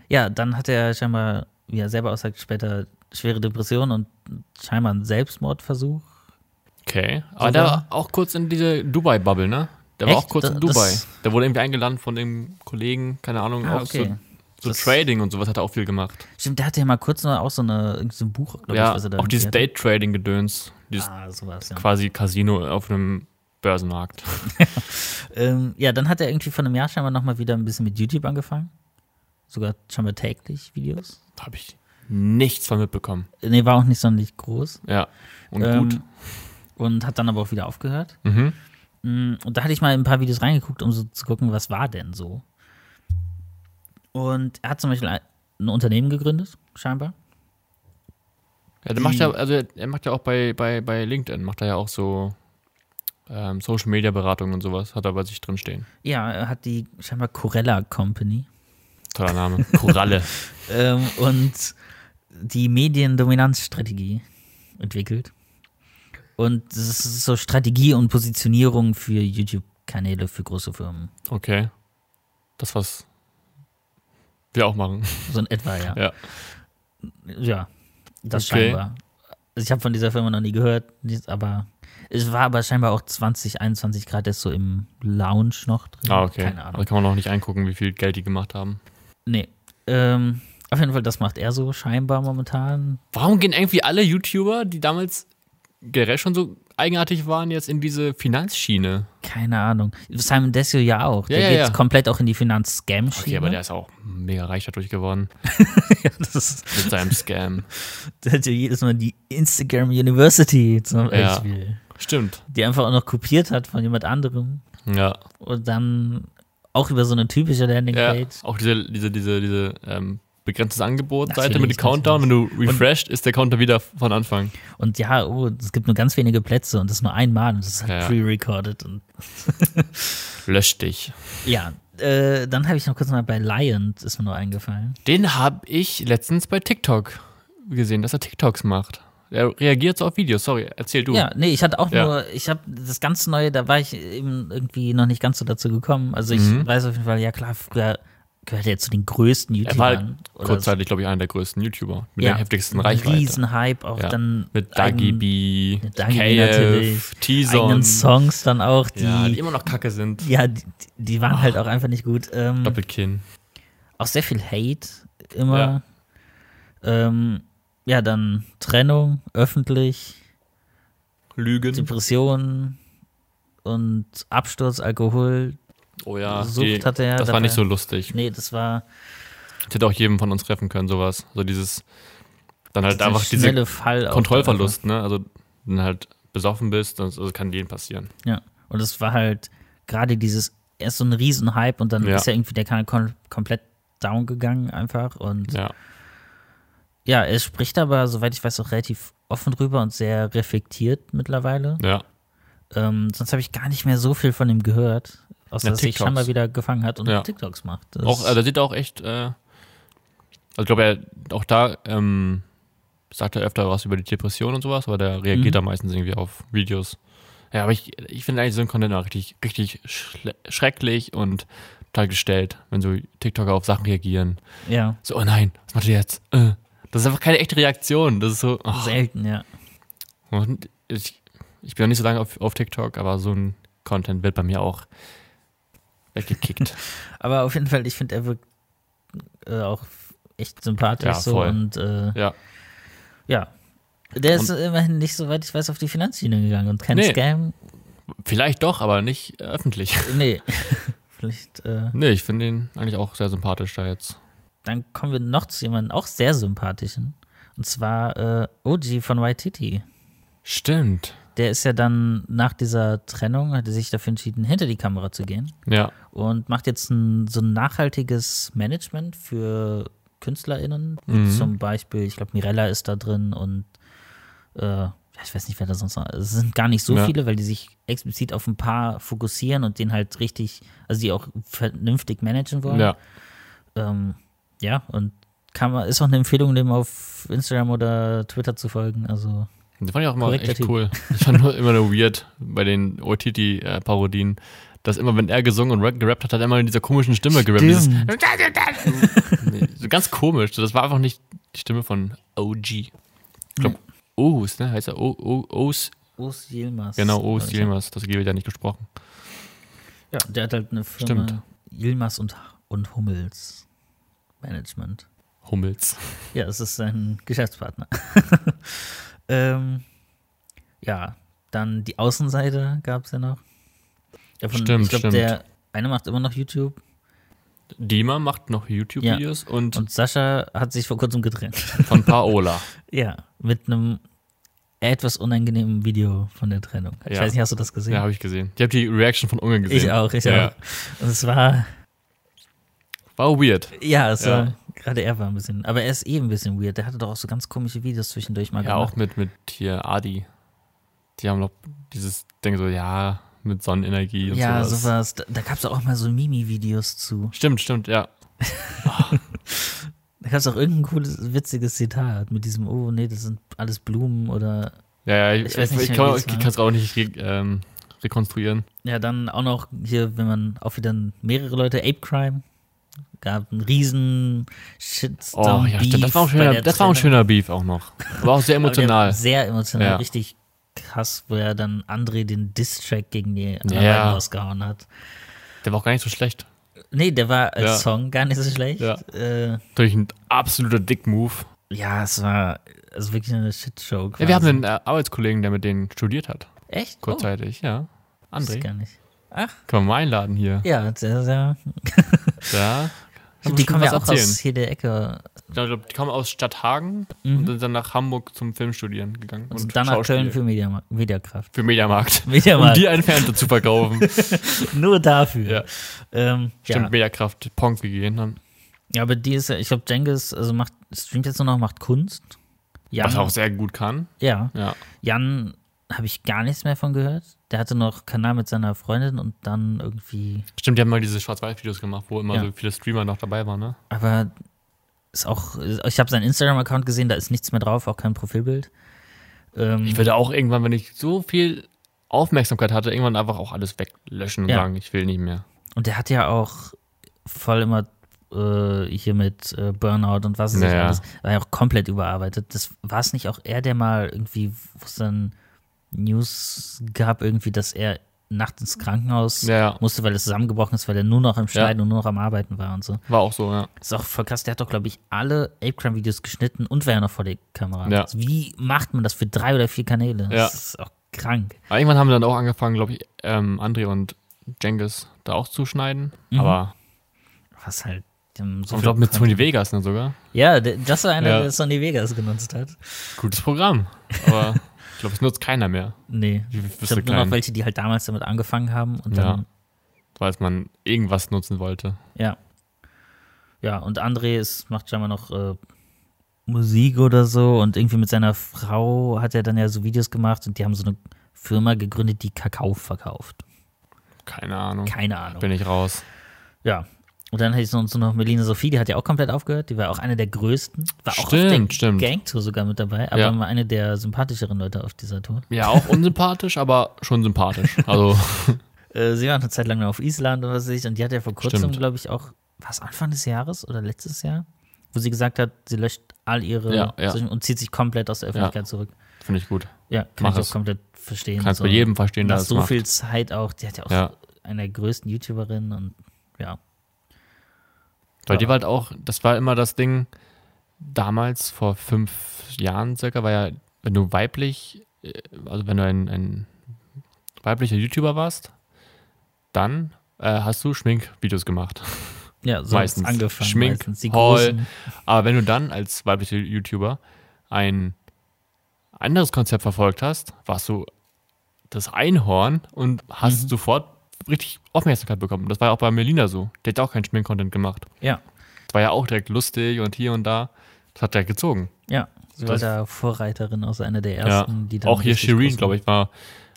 ja, dann hat er scheinbar, wie er selber aussagt, später schwere Depression und scheinbar einen Selbstmordversuch.
Okay. Aber
Sogar-
der war auch kurz in diese Dubai-Bubble, ne? Der war
Echt?
auch kurz in
Da- das-
Dubai. Der wurde irgendwie eingeladen von dem Kollegen, keine Ahnung,
Ah,
auch
okay.
so,
Das-
so Trading und sowas hat er auch viel gemacht.
Stimmt, der hatte ja mal kurz nur auch so, eine, irgend so ein Buch, glaube ich,
Ja,
was er da
auch dieses
irgendwie
Date-Trading-Gedöns. Dieses
hatte. Ah, sowas, ja.
quasi Casino auf einem Börsenmarkt.
Ähm, ja, dann hat er irgendwie vor einem Jahr scheinbar nochmal wieder ein bisschen mit YouTube angefangen. Sogar scheinbar täglich Videos.
Habe ich nichts von mitbekommen.
Äh, Nee, war auch nicht sonderlich groß.
Ja. Und
Ähm,
gut.
Und hat dann aber auch wieder aufgehört.
Mhm.
Mm, Und da hatte ich mal ein paar Videos reingeguckt, um so zu gucken, was war denn so. Und er hat zum Beispiel ein ein Unternehmen gegründet, scheinbar.
Ja, der macht ja, also er macht ja auch bei, bei, bei LinkedIn, macht er ja auch so ähm, Social Media Beratung und sowas, hat er bei sich drin stehen.
Ja, er hat die scheinbar Corella Company.
Toller Name. Koralle.
ähm, und die Mediendominanzstrategie entwickelt. Und das ist so Strategie und Positionierung für YouTube-Kanäle für große Firmen.
Okay. Das, was wir auch machen.
So in etwa, ja.
Ja.
Ja, das
Okay.
scheinbar. Also ich habe von dieser Firma noch nie gehört, nicht- aber es war aber scheinbar auch 2021 gerade erst so im Lounge noch drin.
Ah, okay.
Keine Ahnung.
Da kann man noch nicht angucken, wie viel Geld die gemacht haben.
Nee. Ähm, auf jeden Fall, das macht er so scheinbar momentan.
Warum gehen irgendwie alle YouTuber, die damals generell schon so eigenartig waren, jetzt in diese Finanzschiene?
Keine Ahnung. Simon Desio ja auch.
Ja,
der
ja,
geht
ja.
komplett auch in die Finanz-Scam-Schiene.
Okay, aber der ist auch mega reich dadurch geworden.
das ist,
Mit seinem Scam.
der hat ja jedes Mal die Instagram University zum
Ja.
Beispiel,
Stimmt.
die einfach auch noch kopiert hat von jemand anderem
Ja.
und dann auch über so eine typische
ja.
Landingpage.
Auch diese, diese, diese, diese ähm, begrenztes Angebot-Seite mit
Natürlich,
dem Countdown. Wenn du
Und-
refresht, ist der Counter wieder von Anfang.
Und ja, oh, es gibt nur ganz wenige Plätze und das nur einmal und das ist halt
Ja.
pre-recorded. Und
Lösch dich.
ja, äh, dann habe ich noch kurz mal bei Lion, ist mir nur eingefallen.
Den habe ich letztens bei TikTok gesehen, dass er TikToks macht. Er reagiert so auf Videos. Sorry, erzähl du.
Ja, nee, ich hatte auch
Oh. Ja.
nur, ich habe das ganz Neue, da war ich eben irgendwie noch nicht ganz so dazu gekommen. Also ich
Mhm.
weiß auf jeden Fall, ja klar, früher gehört er zu den größten
Er war
YouTubern. oder so.
kurzzeitig, glaube ich, einer der größten YouTuber mit der heftigsten Reichweite.
Riesenhype auch
Ja.
dann
mit Dagi
eigenen-
B,
mit Dagi B natürlich,
KF, T-Zone.
eigenen Songs dann auch, die
Ja,
ja,
die Ah.
die, Mhm.
immer noch kacke sind.
die, die waren halt auch einfach nicht gut. Ähm,
Doppelkinn.
auch sehr viel Hate immer. Ja, ähm, ja dann Trennung, öffentlich,
Lügen.
Depressionen und Absturz, Alkohol.
Oh ja,
Sucht
die,
hatte er
das war
dabei.
nicht so lustig.
Nee, das war
Das hätte auch jedem von uns treffen können, sowas. So dieses, dann halt
der
einfach diese
schnelle Fall. auch
Kontrollverlust, ne? Also, wenn du halt besoffen bist, das also kann jedem passieren.
dann einfach. Ja. Und es war halt gerade dieses, erst so ein Riesenhype und dann
Ja.
ist ja irgendwie der Kanal kom komplett down gegangen einfach. Und ja.
Ja.
er spricht aber, soweit ich weiß, auch relativ offen drüber und sehr reflektiert mittlerweile.
Ja.
Ähm, sonst habe ich gar nicht mehr so viel von ihm gehört. Außer
Ja,
dass er sich
TikToks.
scheinbar wieder gefangen hat und
Ja.
TikToks macht. Das
Auch, also sieht er auch echt, äh, also ich glaube, er auch da ähm, sagt er öfter was über die Depression und sowas, aber der reagiert da meistens irgendwie auf Videos. Ja, aber ich, ich finde eigentlich so ein Content auch richtig, richtig schle- schrecklich und total gestellt, wenn so TikToker auf Sachen reagieren.
ja,
So, oh nein, was macht ihr jetzt? Äh. Das ist einfach keine echte Reaktion. Das ist so. ach.
selten, ja.
Und ich, ich bin noch nicht so lange auf, auf TikTok, aber so ein Content wird bei mir auch weggekickt.
Aber auf jeden Fall, ich finde, er wirkt äh, auch echt sympathisch
Ja,
so
voll.
und äh,
ja.
ja. Der ist immerhin nicht, soweit ich weiß, auf die Finanzschiene gegangen und kein
Nee.
Scam.
Vielleicht doch, aber nicht öffentlich.
Nee. Vielleicht, äh,
Nee, ich finde ihn eigentlich auch sehr sympathisch da jetzt.
dann kommen wir noch zu jemandem auch sehr sympathischen. Und zwar äh, Oji von Waititi.
Stimmt.
Der ist ja dann nach dieser Trennung, hat er sich dafür entschieden, hinter die Kamera zu gehen.
Ja.
und macht jetzt ein, so ein nachhaltiges Management für KünstlerInnen.
Mhm.
Zum Beispiel, ich glaube, Mirella ist da drin und äh, ja, ich weiß nicht, wer da sonst noch. Es sind gar nicht so
Ja.
viele, weil die sich explizit auf ein paar fokussieren und den halt richtig, also die auch vernünftig managen wollen.
Ja.
ähm, ja und kann man, ist auch eine Empfehlung, dem auf Instagram oder Twitter zu folgen. Also,
Das fand ich auch immer
Korrekter
echt
Typ.
cool. Ich fand nur immer nur weird bei den Otiti-Parodien, dass immer, wenn er gesungen und rap- gerappt hat, hat er immer in dieser komischen Stimme gerappt. Dieses, nee, so ganz komisch. Das war einfach nicht die Stimme von OG. Ich glaube, O's, ne? Heißt er O- O- O's?
Urs Yilmaz.
Genau, O's
glaub ich.
Yilmaz. Das wird ja nicht gesprochen.
Ja, der hat halt eine Firma
Stimmt.
Yilmaz und, und Hummels Management.
Hummels.
Ja, es ist sein Geschäftspartner. ähm, ja, dann die Außenseite gab es ja noch. Davon,
Stimmt,
ich glaube,
stimmt.
der eine macht immer noch YouTube
Dima macht noch YouTube-Videos und,
und Sascha hat sich vor kurzem getrennt.
von Paola.
ja, mit einem etwas unangenehmen Video von der Trennung. Ich
Ja.
weiß nicht, hast du das gesehen?
Ja, habe ich gesehen. Ich habe die Reaction von Ungen gesehen.
ich auch, ich
ja.
auch. Und es war,
War weird.
ja, es
Ja.
war, gerade er war ein bisschen, aber er ist eh ein bisschen weird. Der hatte doch auch so ganz komische Videos zwischendurch mal
Ja,
gemacht.
auch mit, mit hier Adi. Die haben noch dieses Ding so, ja, mit Sonnenenergie und
Ja,
sowas.
sowas. Da, da gab es auch mal so Mimi-Videos zu.
Stimmt, stimmt, ja.
Da gab es auch irgendein cooles, witziges Zitat mit diesem, oh nee, das sind alles Blumen oder
Ja, ja, ich,
Ich weiß
ich,
nicht
ich
mehr,
kann
wie es war.
es auch nicht re, ähm, rekonstruieren.
Ja, dann auch noch hier, wenn man auch wieder mehrere Leute, Ape Crime, gab einen riesen Shitstorm.
Oh, ja, stimmt. Das war, auch ein
Beef bei
schöner,
der
das war auch ein
Trennung.
schöner Beef auch noch. War auch sehr
Aber der
emotional.
Sehr emotional,
Ja.
richtig krass, wo er dann André den Diss-Track gegen die anderen
Ja.
beiden rausgehauen hat.
Der war auch gar nicht so schlecht.
Nee, der war als
Ja.
Song gar nicht so schlecht.
Ja.
äh,
Durch ein absoluter Dick-Move.
ja es war also wirklich eine Shitshow.
Ja, wir haben einen äh, Arbeitskollegen, der mit denen studiert hat.
Echt?
Kurzzeitig, ja.
oh, wusste ich
André.
gar nicht.
Können wir mal einladen hier.
Ja, sehr, sehr.
Ja.
Die kommen ja auch
erzählen.
aus hier der Ecke.
Ich glaube, die kommen aus Stadthagen und sind dann nach Hamburg zum Filmstudieren gegangen.
Und,
und
Mhm. Also dann nach
Schauspiel.
Köln für Media, Mediakraft.
für Mediamarkt. Um
Mediamarkt.
die einen Fernseher zu verkaufen.
Nur dafür.
Ja.
Ähm,
Stimmt,
ja.
Mediakraft, Pong gegeben haben.
ja, aber die ist, ja- ich glaube, Jengis, also macht, streamt jetzt nur noch, macht Kunst. Jan,
Was er auch sehr gut kann.
ja.
Ja.
Jan habe ich gar nichts mehr von gehört. Der hatte noch Kanal mit seiner Freundin und dann irgendwie,
Stimmt, die haben mal diese Schwarz-Weiß-Videos gemacht, wo immer
Ja.
so viele Streamer noch dabei waren, ne?
aber ist auch, ich habe seinen Instagram-Account gesehen, da ist nichts mehr drauf, auch kein Profilbild. Ähm,
Ich würde auch irgendwann, wenn ich so viel Aufmerksamkeit hatte, irgendwann einfach auch alles weglöschen und
Ja.
sagen, ich will nicht mehr.
Und der hat ja auch voll immer äh, hier mit äh, Burnout und was ist
Naja.
alles, war ja auch komplett überarbeitet. Das war es nicht auch er, der mal irgendwie, wo es dann News gab, irgendwie, dass er nachts ins Krankenhaus
Ja, ja.
musste, weil es zusammengebrochen ist, weil er nur noch im Schneiden und nur noch am Arbeiten war und so.
War auch so, ja.
Das ist auch voll krass. Der hat doch, glaube ich, alle Apecrime-Videos geschnitten und war ja noch vor der Kamera.
Ja.
Also wie macht man das für drei oder vier Kanäle?
Ja.
Das ist auch krank.
Aber irgendwann haben wir dann auch angefangen, glaube ich, ähm, André und Jengis da auch zu schneiden. Aber
Was halt. ähm, Mhm. So
ich
viel
glaube mit
Content-
Sony Vegas ne, sogar.
ja, der- das war einer,
Ja.
der Sony Vegas genutzt hat.
Gutes Programm. Aber ich glaube, es nutzt keiner mehr.
Nee.
Ich
Ich
wüsste
glaube nur noch
keinen,
welche, die halt damals damit angefangen haben und
Ja.
dann,
falls man irgendwas nutzen wollte.
ja. Ja, und André ist, macht scheinbar noch äh, Musik oder so und irgendwie mit seiner Frau hat er dann ja so Videos gemacht und die haben so eine Firma gegründet, die Kakao verkauft.
Keine Ahnung.
Keine Ahnung.
Bin ich raus.
Ja. Und dann hätte ich sonst noch Melina Sophie, die hat ja auch komplett aufgehört. Die war auch eine der größten. War auch auf
Stimmt,
der
stimmt.
Gangtour sogar mit dabei, aber
Ja.
war eine der sympathischeren Leute auf dieser Tour.
Ja, auch unsympathisch, aber schon sympathisch. Also,
Äh, sie war eine Zeit lang noch auf Island oder was weiß ich. Und die hat ja vor kurzem,
Stimmt.
glaube ich, auch, was Anfang des Jahres oder letztes Jahr, wo sie gesagt hat, sie löscht all ihre
Ja, ja.
Sachen und zieht sich komplett aus der Öffentlichkeit zurück.
finde ich gut.
Ja, kann
Mach
ich
es.
auch komplett verstehen.
Kannst bei jedem verstehen,
Nach
dass
so
es macht.
viel Zeit auch, die hat ja auch
Ja.
eine der größten YouTuberinnen und ja.
Weil die war halt auch, das war immer das Ding, damals vor fünf Jahren circa, war ja, wenn du weiblich, äh, also wenn du ein, ein weiblicher YouTuber warst, dann äh, hast du Schminkvideos gemacht.
Ja, so hat's
Meistens.
angefangen.
Schmink,
meistens. Die
Haul.
großen,
Aber wenn du dann als weiblicher YouTuber ein anderes Konzept verfolgt hast, warst du das Einhorn und
Mhm.
hast sofort richtig Aufmerksamkeit bekommen. Das war ja auch bei Melina so. Die hat auch keinen Schmink-Content gemacht.
ja,
Das war ja auch direkt lustig und hier und da. Das hat direkt gezogen.
ja. Sie war
Das-
da Vorreiterin aus einer der ersten, die dann
auch hier
richtig
Shirin,
groß
glaube ich, war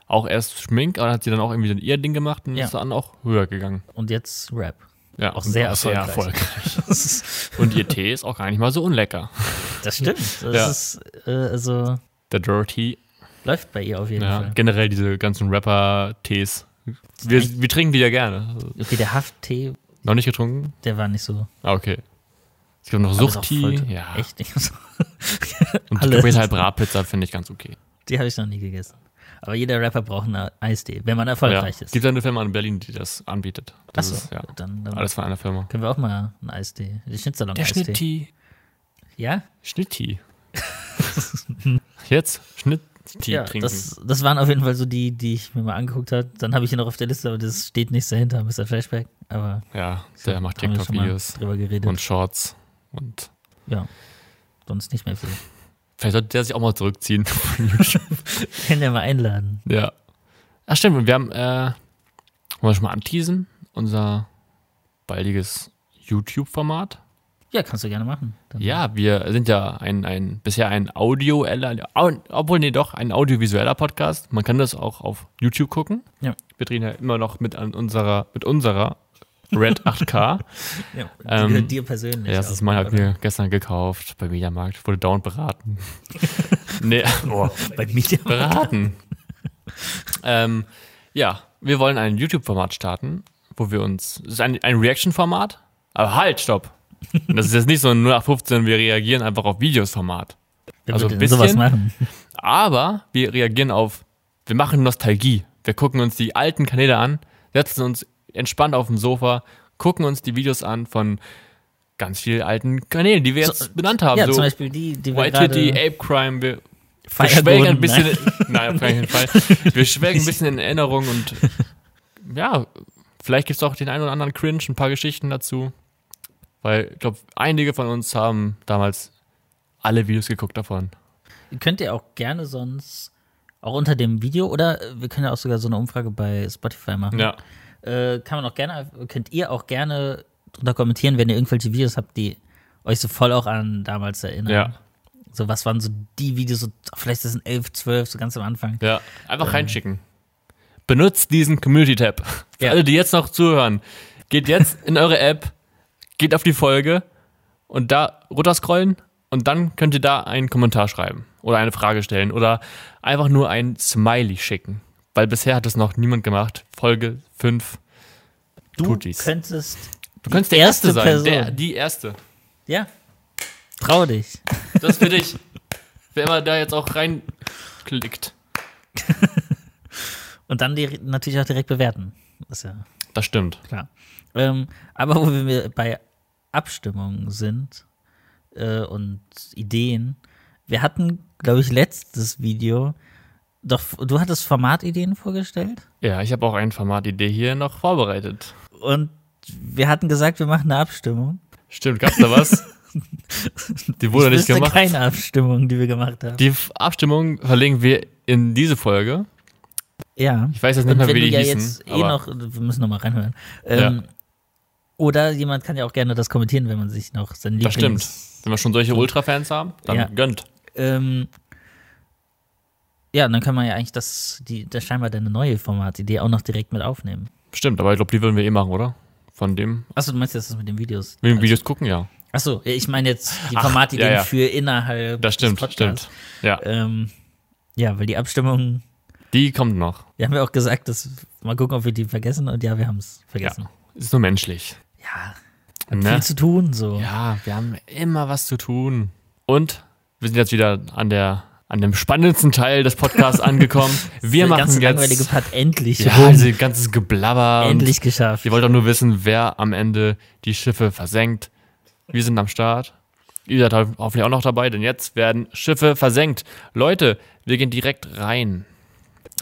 auch erst Schmink, aber dann hat sie dann auch irgendwie dann ihr Ding gemacht und
Ja.
ist dann auch höher gegangen.
wurde. Und jetzt Rap.
Ja,
Auch
und
sehr
war
erfolgreich.
erfolgreich.
Das ist-
und ihr Tee ist auch gar nicht mal so unlecker.
das stimmt. Das
Ja.
ist, äh, also
Der Dirty
läuft bei ihr auf jeden
Ja,
Fall.
generell diese ganzen Rapper-Tees. Wir,
echt-
wir trinken die ja gerne. Also,
Okay, der Hafttee,
noch nicht getrunken?
der war nicht so.
Ah, okay. Es gibt noch
aber ist auch voll-
Suchti. Ja.
Echt? Ich
Und
alles.
die halt Bratpizza finde ich ganz okay.
Die habe ich noch nie gegessen. Aber jeder Rapper braucht einen Eistee, wenn man
Ja.
erfolgreich ist.
Gibt ja eine Firma in Berlin, die das anbietet. Das
Achso,
ist ja
dann, dann
alles von einer Firma.
können wir auch mal einen Eistee. Den Schnitzel
Der
Eistee.
Schnitttee.
Ja?
Schnitttee. Jetzt Schnitt Tee
ja,
trinken.
das, das waren auf jeden Fall so die, die ich mir mal angeguckt habe. Dann habe ich ihn noch auf der Liste, aber das steht nichts dahinter, Mr. Flashback. Aber
ja, der macht
haben wir schon mal
TikTok-Videos
drüber geredet.
und Shorts. Und
ja, sonst nicht mehr viel.
vielleicht sollte der sich auch mal zurückziehen von YouTube.
Können wir mal einladen.
ja. Ach stimmt, und wir haben, äh, wollen wir schon mal anteasen? Unser baldiges YouTube-Format.
Ja, kannst du gerne machen. Dann
Ja, wir sind ja ein, ein bisher ein audioeller, au- obwohl nee doch, ein audiovisueller Podcast. Man kann das auch auf YouTube gucken.
Ja.
Wir drehen ja immer noch mit an unserer, mit unserer Red 8K.
Ja, die
Ähm,
gehört dir persönlich.
ja, das ist
auch,
mein, hab
oder?
mir gestern gekauft beim Mediamarkt, wurde down beraten. nee, oh,
Bei Media.
beraten. ähm, ja, wir wollen ein YouTube-Format starten, wo wir uns. Es ist ein, ein Reaction-Format, aber halt, stopp. Das ist jetzt nicht so ein 0815, wir reagieren einfach auf Videos-Format.
Wer
also
würde denn
bisschen-
sowas machen?
Aber wir reagieren auf, wir machen Nostalgie. Wir gucken uns die alten Kanäle an, setzen uns entspannt auf dem Sofa, gucken uns die Videos an von ganz vielen alten Kanälen, die wir jetzt
So-
benannt haben.
ja,
so
zum Beispiel die, die wir
YTT,
gerade...
Ape Crime, wir, wir
Fire
schwelgen ein
Golden,
bisschen.
nein.
Nein, auf keinen Fall. Wir schwelgen ein bisschen in Erinnerung und ja, vielleicht gibt es auch den einen oder anderen Cringe, ein paar Geschichten dazu. Weil ich glaube, einige von uns haben damals alle Videos geguckt davon.
Könnt ihr auch gerne sonst auch unter dem Video oder äh, wir können ja auch sogar so eine Umfrage bei Spotify machen.
Ja.
Äh, kann man auch gerne, könnt ihr auch gerne drunter kommentieren, wenn ihr irgendwelche Videos habt, die euch so voll auch an damals erinnern.
Ja.
So, was waren so die Videos, so, vielleicht das sind 11, 12, so ganz am Anfang.
Ja, einfach reinschicken. Benutzt diesen Community-Tab. Für
Ja.
alle, die jetzt noch zuhören, geht jetzt in eure App, geht auf die Folge und da runterscrollen und dann könnt ihr da einen Kommentar schreiben oder eine Frage stellen oder einfach nur ein Smiley schicken. Weil bisher hat das noch niemand gemacht. Folge 5.
Du
Tutis.
könntest,
Du könntest der
erste
Erste sein.
Person.
Der, die Erste.
ja, trau dich.
Das ist für dich. Wer immer da jetzt auch reinklickt.
Und dann die, natürlich auch direkt bewerten. Ist ja
Das stimmt.
klar. Ähm, aber wo wir bei Abstimmungen sind äh, und Ideen, wir hatten, glaube ich, letztes Video, doch du hattest Formatideen vorgestellt
Ja, ich habe auch eine Formatidee hier noch vorbereitet.
und wir hatten gesagt, wir machen eine Abstimmung.
Stimmt, gab's da was? Die wurde
ich
nicht
wüsste
gemacht.
keine Abstimmung, die wir gemacht haben.
Die F- Abstimmung verlinken wir in diese Folge.
ja.
Ich weiß jetzt nicht
Und
mehr,
wenn
wie
du
die
ja
hießen.
jetzt eh
aber
noch, wir müssen noch mal reinhören. Ähm, Oder jemand kann ja auch gerne das kommentieren, wenn man sich noch sein
das stimmt.
Lieblings
Wenn wir schon solche Ultra-Fans haben, dann
Ja.
gönnt.
Ähm, ja, und dann kann man ja eigentlich das, die, das scheinbar deine neue Formatidee auch noch direkt mit aufnehmen.
Stimmt, aber ich glaube, die würden wir eh machen, oder? Von dem.
Achso, du meinst jetzt das mit den Videos? Also,
Mit den Videos gucken, ja.
Achso, ich meine jetzt die
Ach,
Formatideen
ja, ja.
für innerhalb
Das stimmt,
des Podcasts.
stimmt. Ja,
Ähm, ja, weil die Abstimmung,
die kommt noch.
wir haben ja auch gesagt, dass mal gucken, ob wir die vergessen und ja, wir haben es
Ja.
vergessen.
Ist nur menschlich.
Ja, viel
Ne?
zu tun so.
Ja, wir haben immer was zu tun. Und wir sind jetzt wieder an der an dem spannendsten Teil des Podcasts angekommen. Wir
Der
machen
ganze langweilige
jetzt
Part endlich
ja,
rum.
diese ganzes Geblabber und
endlich geschafft.
Ihr wollt doch nur wissen, wer am Ende die Schiffe versenkt. Wir sind am Start. Ihr seid ho- hoffentlich auch noch dabei, denn jetzt werden Schiffe versenkt. Leute, wir gehen direkt rein.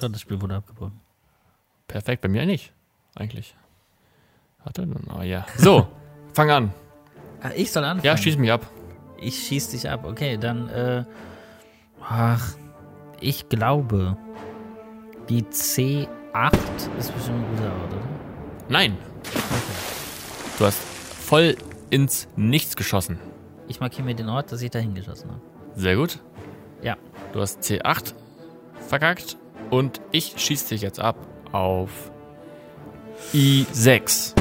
Oh, das Spiel wurde abgebrochen.
Perfekt, bei mir nicht. Eigentlich. Warte, dann- oh ja. So, fang an.
Ah, ich soll anfangen.
Ja, schieß mich ab.
Ich schieß dich ab. Okay, dann, äh. Ach, ich glaube, die C8 ist bestimmt ein guter Ort, oder?
Nein. Du hast voll ins Nichts geschossen.
Ich markiere mir den Ort, dass ich da hingeschossen habe.
Sehr gut.
Ja.
Du hast C8 verkackt und ich schieß dich jetzt ab auf I6.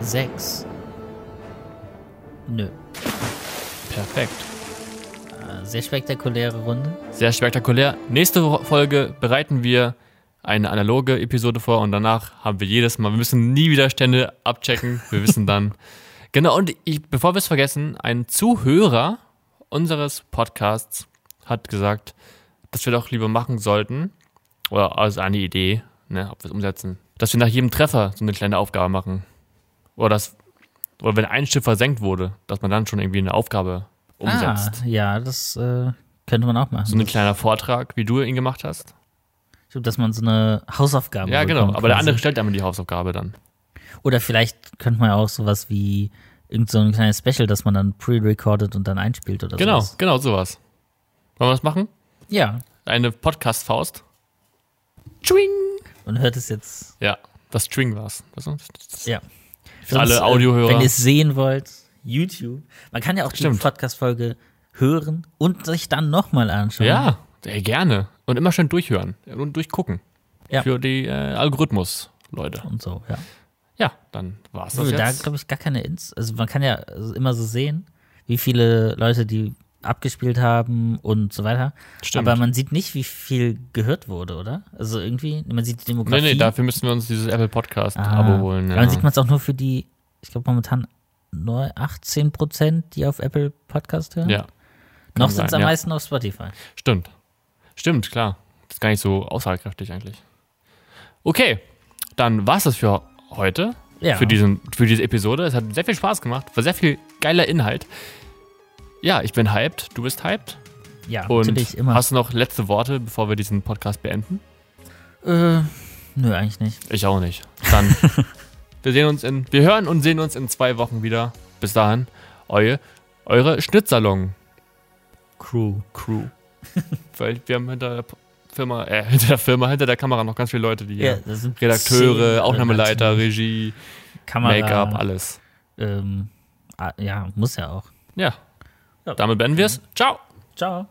I6. Nö.
Perfekt.
Äh, Sehr spektakuläre Runde.
Sehr spektakulär. Nächste Wo- Folge bereiten wir eine analoge Episode vor und danach haben wir jedes Mal, wir müssen nie Widerstände abchecken. Wir wissen dann. Genau, und ich, bevor wir es vergessen, ein Zuhörer unseres Podcasts hat gesagt, dass wir doch lieber machen sollten, oder also eine Idee, ne, ob wir es umsetzen, dass wir nach jedem Treffer so eine kleine Aufgabe machen. Oder, dass, oder wenn ein Schiff versenkt wurde, dass man dann schon irgendwie eine Aufgabe umsetzt.
Ah, ja, das äh, Könnte man auch machen.
Oh, So ein kleiner Vortrag, wie du ihn gemacht hast.
Ich glaub, dass man so eine Hausaufgabe
Ja, genau.
bekommt
Aber der
quasi.
andere stellt einmal die Hausaufgabe dann.
Oder vielleicht könnte man ja auch sowas wie irgend so ein kleines Special, das man dann pre-recorded und dann einspielt oder
Genau,
sowas.
genau sowas. Wollen wir das machen?
Ja.
Eine Podcast-Faust. Twing!
Und hört es jetzt.
Ja, das Twing war's. Das- das-
Ja.
Für alle
äh,
Audiohörer.
Wenn ihr es sehen wollt, YouTube. Man kann ja auch
Stimmt.
die Podcast-Folge hören und sich dann nochmal anschauen.
Ja, sehr gerne. Und immer schön durchhören und durchgucken.
Ja.
Für die äh, Algorithmus, Leute.
Und so, ja.
Ja, dann war's das
Also da
jetzt.
glaube ich gar keine Ins. Also man kann ja also immer so sehen, wie viele Leute die abgespielt haben und so weiter.
Stimmt.
Aber man sieht nicht, wie viel gehört wurde, oder? Also irgendwie, man sieht die
Nee,
Demografie.
nee, dafür müssen wir uns dieses Apple Podcast-Abo
Ah.
holen.
Aber dann sieht man es auch nur für die, ich glaube momentan neu 18 Prozent, die auf Apple Podcast hören.
ja,
Noch
sein,
sind es am
ja.
meisten auf Spotify.
stimmt. Stimmt, klar. Das ist gar nicht so aussagekräftig eigentlich. Okay, dann war's das für heute.
Ja.
Für, diesen, für diese Episode. Es hat sehr viel Spaß gemacht. War sehr viel geiler Inhalt. Ja, ich bin hyped. Du bist hyped.
Ja,
Und
natürlich immer.
hast du noch letzte Worte, bevor wir diesen Podcast beenden?
äh, nö, eigentlich nicht.
Ich auch nicht. Dann, wir sehen uns in, wir hören und sehen uns in zwei Wochen wieder. Bis dahin, eure, eure Schnittsalon
Crew.
Crew. Weil wir haben hinter der P- Firma, äh, hinter der Firma, hinter der Kamera noch ganz viele Leute, die hier
das sind
Redakteure,
zehn,
Aufnahmeleiter,
Redakteure,
Regie,
Kamera,
Make-up, alles.
Ähm, ah, ja, muss ja auch.
Ja.
Ja.
Damit beenden wir es. Ciao.
Ciao.